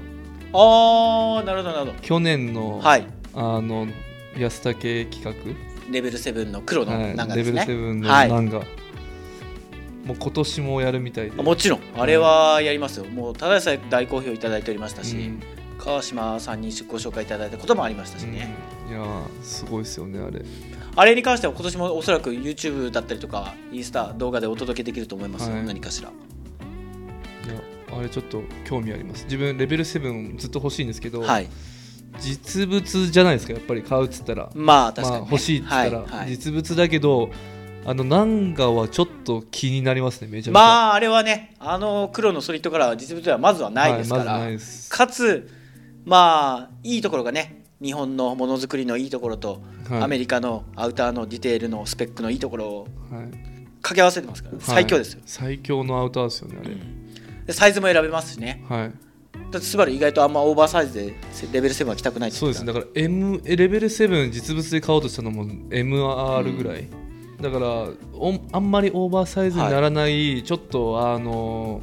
Speaker 3: ああなるほどなるほ
Speaker 4: 去年の、
Speaker 3: どはい
Speaker 4: あの安武企画
Speaker 3: レベル7の黒の
Speaker 4: はい
Speaker 3: なんか
Speaker 4: レ
Speaker 3: で
Speaker 4: ベ
Speaker 3: す
Speaker 4: ル7
Speaker 3: ね、
Speaker 4: の
Speaker 3: はい
Speaker 4: 漫画、もう今年もやるみたいで
Speaker 3: あもちろんあれはやりますよ、もうただでさえ大好評いただいておりましたし、
Speaker 4: うん
Speaker 3: 川島さんにご紹介いただいたこともありましたしね、
Speaker 4: うんいやーすごいですよねあれ
Speaker 3: あれに関しては今年もおそらく YouTube だったりとかインスタ動画でお届けできると思いますよ、
Speaker 4: はい
Speaker 3: 何かしら
Speaker 4: いやあれちょっと興味あります自分レベル7ずっと欲しいんですけど、
Speaker 3: はい
Speaker 4: 実物じゃないですかやっぱり買うっつったら、
Speaker 3: まあ確
Speaker 4: ま
Speaker 3: か
Speaker 4: あ
Speaker 3: にね、
Speaker 4: 欲しいっつったら、
Speaker 3: はいはい
Speaker 4: 実物だけどあの南画はちょっと気になりますねめちゃめちゃ
Speaker 3: まああれはねあの黒のソリッドからは実物ではまずはないですから、
Speaker 4: はいまずないです
Speaker 3: かつまあいいところがね日本のものづくりのいいところと、
Speaker 4: はい
Speaker 3: アメリカのアウターのディテールのスペックのいいところを
Speaker 4: はい
Speaker 3: 掛け合わせてますから、最強ですよ
Speaker 4: はい、最強のアウターですよねあれ、
Speaker 3: でサイズも選べますしね
Speaker 4: はい
Speaker 3: だってスバル意外とあんまオーバーサイズでレベル7は着たくないって
Speaker 4: そう
Speaker 3: 言っ
Speaker 4: で
Speaker 3: て
Speaker 4: す
Speaker 3: た
Speaker 4: ねだから M レベル7実物で買おうとしたのも MR ぐらい、だからおあんまりオーバーサイズにならない、ちょっとあの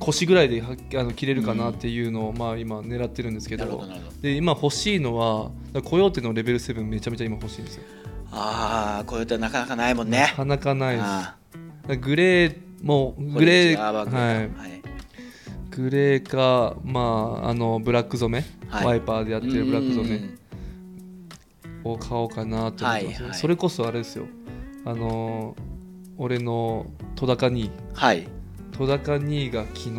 Speaker 4: 腰ぐらいではあの切れるかなっていうのを、まあ、今狙ってるんですけど
Speaker 3: なるほどなるほど
Speaker 4: で今欲しいのはだからコヨーテのレベル7めちゃめちゃ今欲しいんですよ、
Speaker 3: ああこういうってなかなかないもん
Speaker 4: な
Speaker 3: ね
Speaker 4: かなかないですだか
Speaker 3: あ
Speaker 4: らグレーも
Speaker 3: あ
Speaker 4: グレー、
Speaker 3: これ違うわこれ
Speaker 4: はい、グレーか、まあ、あのブラック染め、
Speaker 3: はい
Speaker 4: ワイパーでやってるブラック染
Speaker 3: う
Speaker 4: め
Speaker 3: ん
Speaker 4: を買おうかなと思ってます、
Speaker 3: はいはい
Speaker 4: それこそあれですよあのー俺の戸高兄
Speaker 3: はい
Speaker 4: 戸高兄が昨日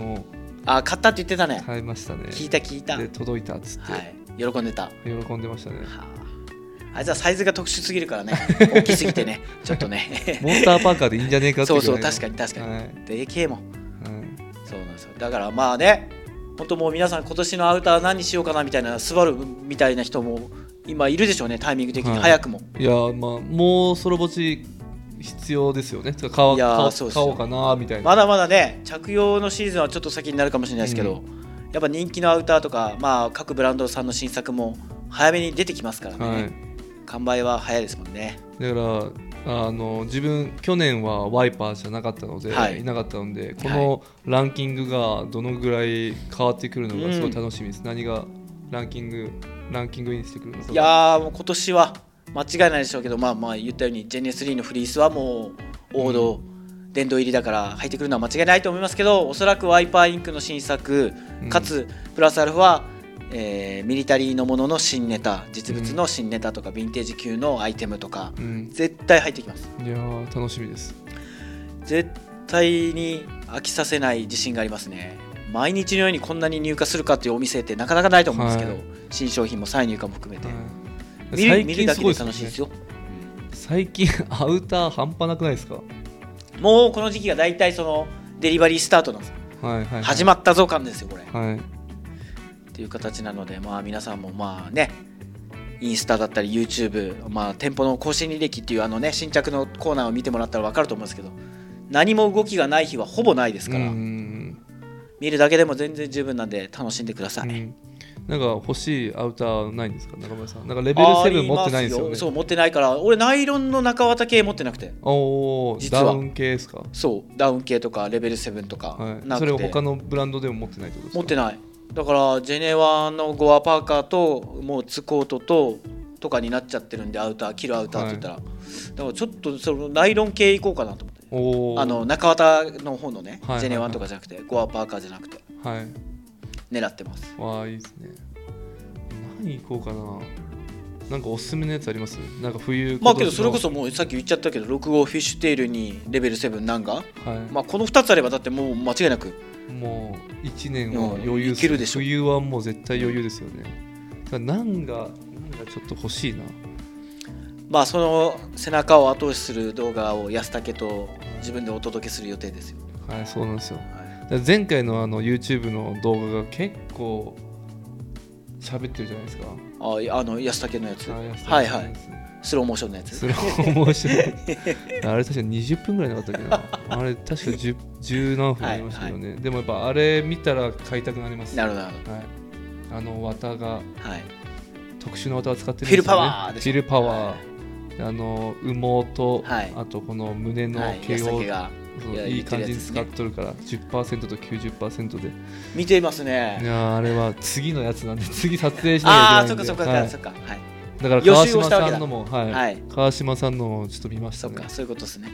Speaker 3: あ買ったって言ってたね、
Speaker 4: 買いましたね
Speaker 3: 聞いた聞いたは
Speaker 4: で
Speaker 3: い
Speaker 4: 届いたっつって、
Speaker 3: 喜んでた、は
Speaker 4: 喜んでましたね
Speaker 3: あ、あいつはサイズが特殊すぎるから ね大きすぎてねちょっとね
Speaker 4: モンスターパーカーでいいんじゃねえかって
Speaker 3: そ
Speaker 4: いううぐ
Speaker 3: そ
Speaker 4: らい
Speaker 3: う
Speaker 4: の
Speaker 3: 確かに確かに、
Speaker 4: はい
Speaker 3: でけえもん
Speaker 4: はい
Speaker 3: そうなんですよだからまあね本当もう皆さん今年のアウター何にしようかなみたいなスバルみたいな人も今いるでしょうねタイミング的に、
Speaker 4: はい
Speaker 3: 早くも
Speaker 4: いやーまあもうそろぼち必要ですよねつうか買おう
Speaker 3: いやー
Speaker 4: 買おう
Speaker 3: そうです
Speaker 4: 買
Speaker 3: よ
Speaker 4: おうかなみたいな、
Speaker 3: まだまだね着用のシーズンはちょっと先になるかもしれないですけど、やっぱ人気のアウターとか、まあ、各ブランドさんの新作も早めに出てきますからね、
Speaker 4: はい
Speaker 3: 完売は早いですもんね
Speaker 4: だからあの自分去年はワイパーじゃなかったので、
Speaker 3: はい
Speaker 4: い、なかったのでこのランキングがどのぐらい変わってくるの
Speaker 3: うん
Speaker 4: がすごい楽しみです、何がランキングランキングインしてくるのか
Speaker 3: いやーもう今年は間違いないでしょうけどまあまあ言ったように JNS3 のフリースはもう王道、殿堂入りだから入ってくるのは間違いないと思いますけどおそらくワイパーインクの新作
Speaker 4: うん
Speaker 3: かつプラスアルファは、えーミリタリーのものの新ネタ実物の新ネタとか、ヴィンテージ級のアイテムとか
Speaker 4: うん
Speaker 3: 絶対入ってきます
Speaker 4: いやー楽しみです
Speaker 3: 絶対に飽きさせない自信がありますね毎日のようにこんなに入荷するかっていうお店ってなかなかないと思うんですけど、
Speaker 4: はい
Speaker 3: 新商品も再入荷も含めて、
Speaker 4: はい
Speaker 3: 見る見るだけで
Speaker 4: よね
Speaker 3: 楽しいですよ
Speaker 4: 最近 アウター半端なくないですかは
Speaker 3: もうこの時期が大体そのデリバリースタートなんです、
Speaker 4: いはい、はい、
Speaker 3: 始まったぞ感ですよこれっ
Speaker 4: はい
Speaker 3: ていう形なのでまあ皆さんもまあねインスタだったり YouTube、まあ、店舗の更新履歴っていうあのね新着のコーナーを見てもらったら分かると思うんですけど何も動きがない日はほぼないですから、
Speaker 4: うん
Speaker 3: 見るだけでも全然十分なんで楽しんでください、
Speaker 4: うんなんか欲しいアウターないんですか中村さんなんかレ
Speaker 3: レ
Speaker 4: ベル7持ってないんですよね
Speaker 3: そう持ってないから俺ナイロンの中綿系持ってなくて
Speaker 4: おお
Speaker 3: 実は
Speaker 4: ダウン系ですか
Speaker 3: そうダウン系とかレベル7とか
Speaker 4: はい、
Speaker 3: な
Speaker 4: そ
Speaker 3: くて、
Speaker 4: れを他のブランドでも持ってないってことですか
Speaker 3: 持ってないだからジェネワのゴアパーカーともうツコートととかになっちゃってるんでアウター着るアウターって言ったら、だからちょっとそのナイロン系いこうかなと思って
Speaker 4: おー
Speaker 3: あの中綿の方のね、
Speaker 4: はいはいはい
Speaker 3: ジェネワとかじゃなくてゴアパーカーじゃなくて
Speaker 4: はい
Speaker 3: 狙ってます
Speaker 4: わあいいですね何行こうかななんかおすすめのやつありますなんか冬
Speaker 3: まあけどそれこ
Speaker 4: 今
Speaker 3: そもうさっき言っちゃったけど6号フィッシュテールにレベル7ナンガ
Speaker 4: 年のはい、
Speaker 3: まあこの2つあればだってもう間違いなく
Speaker 4: もう1年は余
Speaker 3: うん
Speaker 4: 裕
Speaker 3: いけるでしょ
Speaker 4: 冬はもう絶対余裕ですよねだからなんがなんがちょっと欲しいな
Speaker 3: まあその背中を後押しする動画を安武と自分でお届けする予定ですよ。
Speaker 4: はいそうなんですよ
Speaker 3: はい
Speaker 4: だから前回のあの YouTube の動画が結構喋ってるじゃないですか
Speaker 3: あいあの安武のやつ、
Speaker 4: あ安田
Speaker 3: はい
Speaker 4: さんのや
Speaker 3: はい、
Speaker 4: つ
Speaker 3: スローモーションのやつ
Speaker 4: そ。れ面白いあれ確か20分ぐらいなかったっけどあれ確か10 10何分ありましたよね、でもやっぱあれ見たら買いたくなります
Speaker 3: なるほどなるほ
Speaker 4: はい、あの綿が
Speaker 3: ど。はい。
Speaker 4: 特殊な綿を使ってる
Speaker 3: フィルパワーで
Speaker 4: フ
Speaker 3: すね
Speaker 4: ィルパワー、あの羽毛と、
Speaker 3: はい
Speaker 4: あとこの胸の
Speaker 3: はい、
Speaker 4: 毛
Speaker 3: 安
Speaker 4: を、
Speaker 3: 武が
Speaker 4: そう
Speaker 3: いや
Speaker 4: いい
Speaker 3: 言って
Speaker 4: 感
Speaker 3: るや
Speaker 4: じ
Speaker 3: つ
Speaker 4: に使
Speaker 3: です
Speaker 4: っ
Speaker 3: ね。
Speaker 4: とるから10%と90%で
Speaker 3: 見ていますね。
Speaker 4: いやーあれは次のやつなんで 次撮影しなき
Speaker 3: あ
Speaker 4: ゃいけ
Speaker 3: あ、
Speaker 4: ない
Speaker 3: そっ
Speaker 4: ん
Speaker 3: か
Speaker 4: で
Speaker 3: そっかそっ
Speaker 4: は
Speaker 3: か
Speaker 4: い
Speaker 3: そっか。はい。
Speaker 4: だから
Speaker 3: 予
Speaker 4: 川
Speaker 3: 習を
Speaker 4: 島
Speaker 3: したわけだ
Speaker 4: さんのも、はい
Speaker 3: はい
Speaker 4: 川島さんのもちょっと見まし
Speaker 3: そ
Speaker 4: た
Speaker 3: っ
Speaker 4: ね
Speaker 3: か、そういうことですね。
Speaker 4: はい。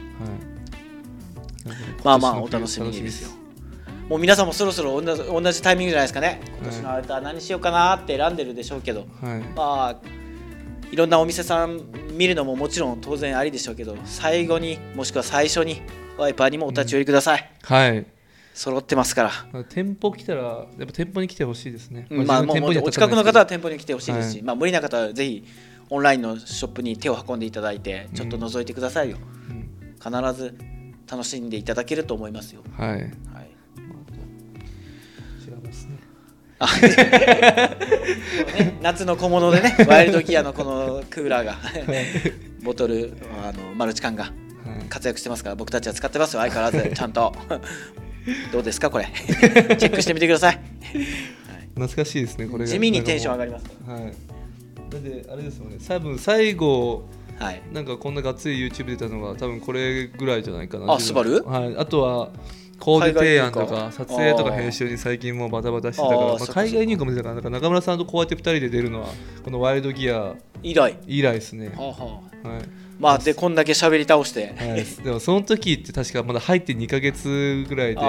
Speaker 3: まあまあ
Speaker 4: 今
Speaker 3: お
Speaker 4: 年の
Speaker 3: 楽し
Speaker 4: 冬
Speaker 3: みにですよ
Speaker 4: 楽しみ
Speaker 3: もう皆さんもそろそろ同じ同じタイミングじゃないですかね今年のアウター何しようかなって選んでるでしょうけど、
Speaker 4: はい
Speaker 3: まあいろんなお店さん見るのももちろん当然ありでしょうけど最後にもしくは最初にワイパーにもお立ち寄りください、
Speaker 4: はい
Speaker 3: 揃ってますから
Speaker 4: まあ店舗来たらやっぱ店舗に来てほしいですね、
Speaker 3: まあ、
Speaker 4: 自分の
Speaker 3: もうもう
Speaker 4: 店
Speaker 3: お
Speaker 4: 舗に
Speaker 3: 近
Speaker 4: は
Speaker 3: くの方は店舗に来てほしいですし、
Speaker 4: は
Speaker 3: まあ、無理な方はぜひオンラインのショップに手を運んでいただいてちょっと覗いてくださいよ、
Speaker 4: うん
Speaker 3: 必ず楽しんでいただけると思いますよ、
Speaker 4: はい違い
Speaker 3: はい、
Speaker 4: ますね
Speaker 3: あね夏の小物で ねワイルドギアのこのクーラーが ボトルあのマルチ缶が
Speaker 4: はい
Speaker 3: 活躍してますから僕たちは使ってますよ相変わ らずちゃんとどうですかこ れチェックしてみてください
Speaker 4: 懐かしいですねこれが
Speaker 3: 地味にテンション上がります
Speaker 4: はいだってあれですもんね多分最後
Speaker 3: はい
Speaker 4: なんかこんながっつり YouTube 出たのが多分これぐらいじゃないかな
Speaker 3: あスバル
Speaker 4: はい、あとはコーデ提案と
Speaker 3: 海外入
Speaker 4: か
Speaker 3: 荷
Speaker 4: 撮影とか編集に最近もうバタバタしてたから
Speaker 3: あー
Speaker 4: まあ
Speaker 3: そっか
Speaker 4: 海外入荷も出たからなんか中村さんとこうやって2人で出るのはこのワイルドギア
Speaker 3: 以来
Speaker 4: 以来ですね、
Speaker 3: はあはあ
Speaker 4: はい
Speaker 3: まあでこんだけ喋り倒して、
Speaker 4: はい、 でもその時って確かまだ入って2ヶ月ぐらいで
Speaker 3: あ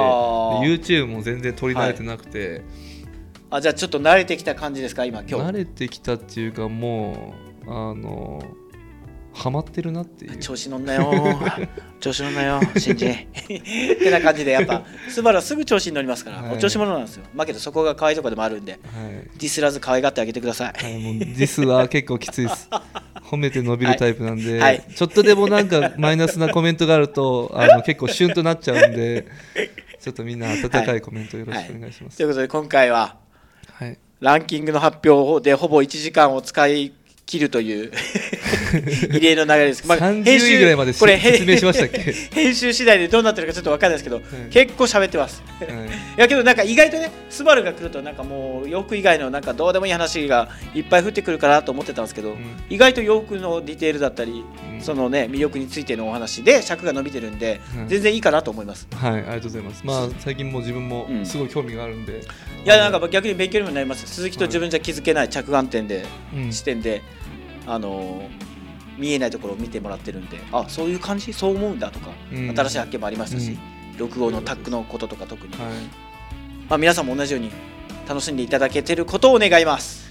Speaker 3: ー
Speaker 4: YouTube も全然取り慣れてなくて、
Speaker 3: あじゃあちょっと慣れてきた感じですか今今
Speaker 4: 慣
Speaker 3: 日
Speaker 4: れてきたっていうかもうあのハマってるなっていう
Speaker 3: 調子乗 んなよ調子乗んなよ新人ってな感じでやっぱスバルはすぐ調子に乗りますから、
Speaker 4: はい
Speaker 3: お調子者なんですよまあけどそこが可愛いとこでもあるんで
Speaker 4: はい
Speaker 3: ディスらず可愛がってあげてください
Speaker 4: はい、もうディスは結構きつい です。褒めて伸びるタイプなんで、
Speaker 3: はいはい
Speaker 4: ちょっとでもなんかマイナスなコメントがあるとあの結構シュンとなっちゃうんで、ちょっとみんな温かいコメントよろしくお願いします。
Speaker 3: ということで今回は
Speaker 4: はい、
Speaker 3: ランキングの発表でほぼ1時間を使い切ると いう異例の流れです、
Speaker 4: 30位ぐらいまでし
Speaker 3: これへ
Speaker 4: 説明しましたっけ
Speaker 3: 編集次第でどうなってるかちょっと分かんないですけど、
Speaker 4: ん
Speaker 3: 結構喋ってます
Speaker 4: はい
Speaker 3: いやけどなんか意外とねスバルが来るとなんかもう洋服以外のなんかどうでもいい話がいっぱい降ってくるかなと思ってたんですけど、
Speaker 4: ん
Speaker 3: 意外と洋服のディテールだったり、
Speaker 4: うん
Speaker 3: そのね魅力についてのお話で尺が伸びてるんで、
Speaker 4: うん
Speaker 3: 全然いいかなと思います
Speaker 4: はい、ありがとうございます。まあ最近もう自分も
Speaker 3: うん
Speaker 4: すごい興味があるんで、
Speaker 3: いやなんか逆に勉強にもなります鈴木と自分じゃ気づけない着眼点で、
Speaker 4: うん
Speaker 3: 視点であのー見えないところを見てもらってるんであそういう感じそう思うんだとか、
Speaker 4: うん
Speaker 3: 新しい発見もありましたし、
Speaker 4: うん
Speaker 3: 録音のタックのこととか特に、
Speaker 4: はい、
Speaker 3: まあ、皆さんも同じように楽しんでいただけてることを願 います。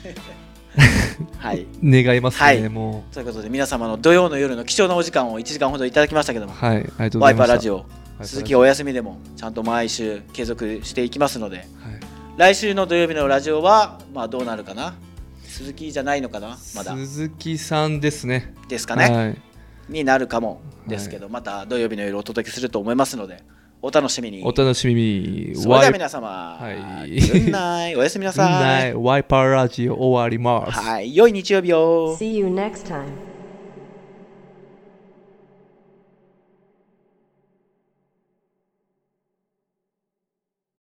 Speaker 3: はい、
Speaker 4: 願いますね、
Speaker 3: はい
Speaker 4: も
Speaker 3: ということで皆様の土曜の夜の貴重なお時間を1時間ほどいただきましたけど
Speaker 4: う。
Speaker 3: も、
Speaker 4: はい、ありがとうござ
Speaker 3: ワイ
Speaker 4: いま
Speaker 3: パー
Speaker 4: した。
Speaker 3: ラジオ
Speaker 4: い
Speaker 3: 続きお休みでもちゃんと毎週継続していきますので
Speaker 4: はい
Speaker 3: 来週の土曜日のラジオはまあどうなるかな鈴木じゃないのかなまだ
Speaker 4: 鈴木さんですね。
Speaker 3: ですかね、
Speaker 4: はい、
Speaker 3: になるかもですけど、また土曜日の夜お届けすると思いますのでお楽しみに
Speaker 4: お楽しみに。
Speaker 3: それでは
Speaker 4: Wi-
Speaker 3: 皆様、
Speaker 4: はい
Speaker 3: good night おやすみなさい
Speaker 4: ワイパーラジオ終わります。
Speaker 3: はい良い日曜日を
Speaker 2: See you next time.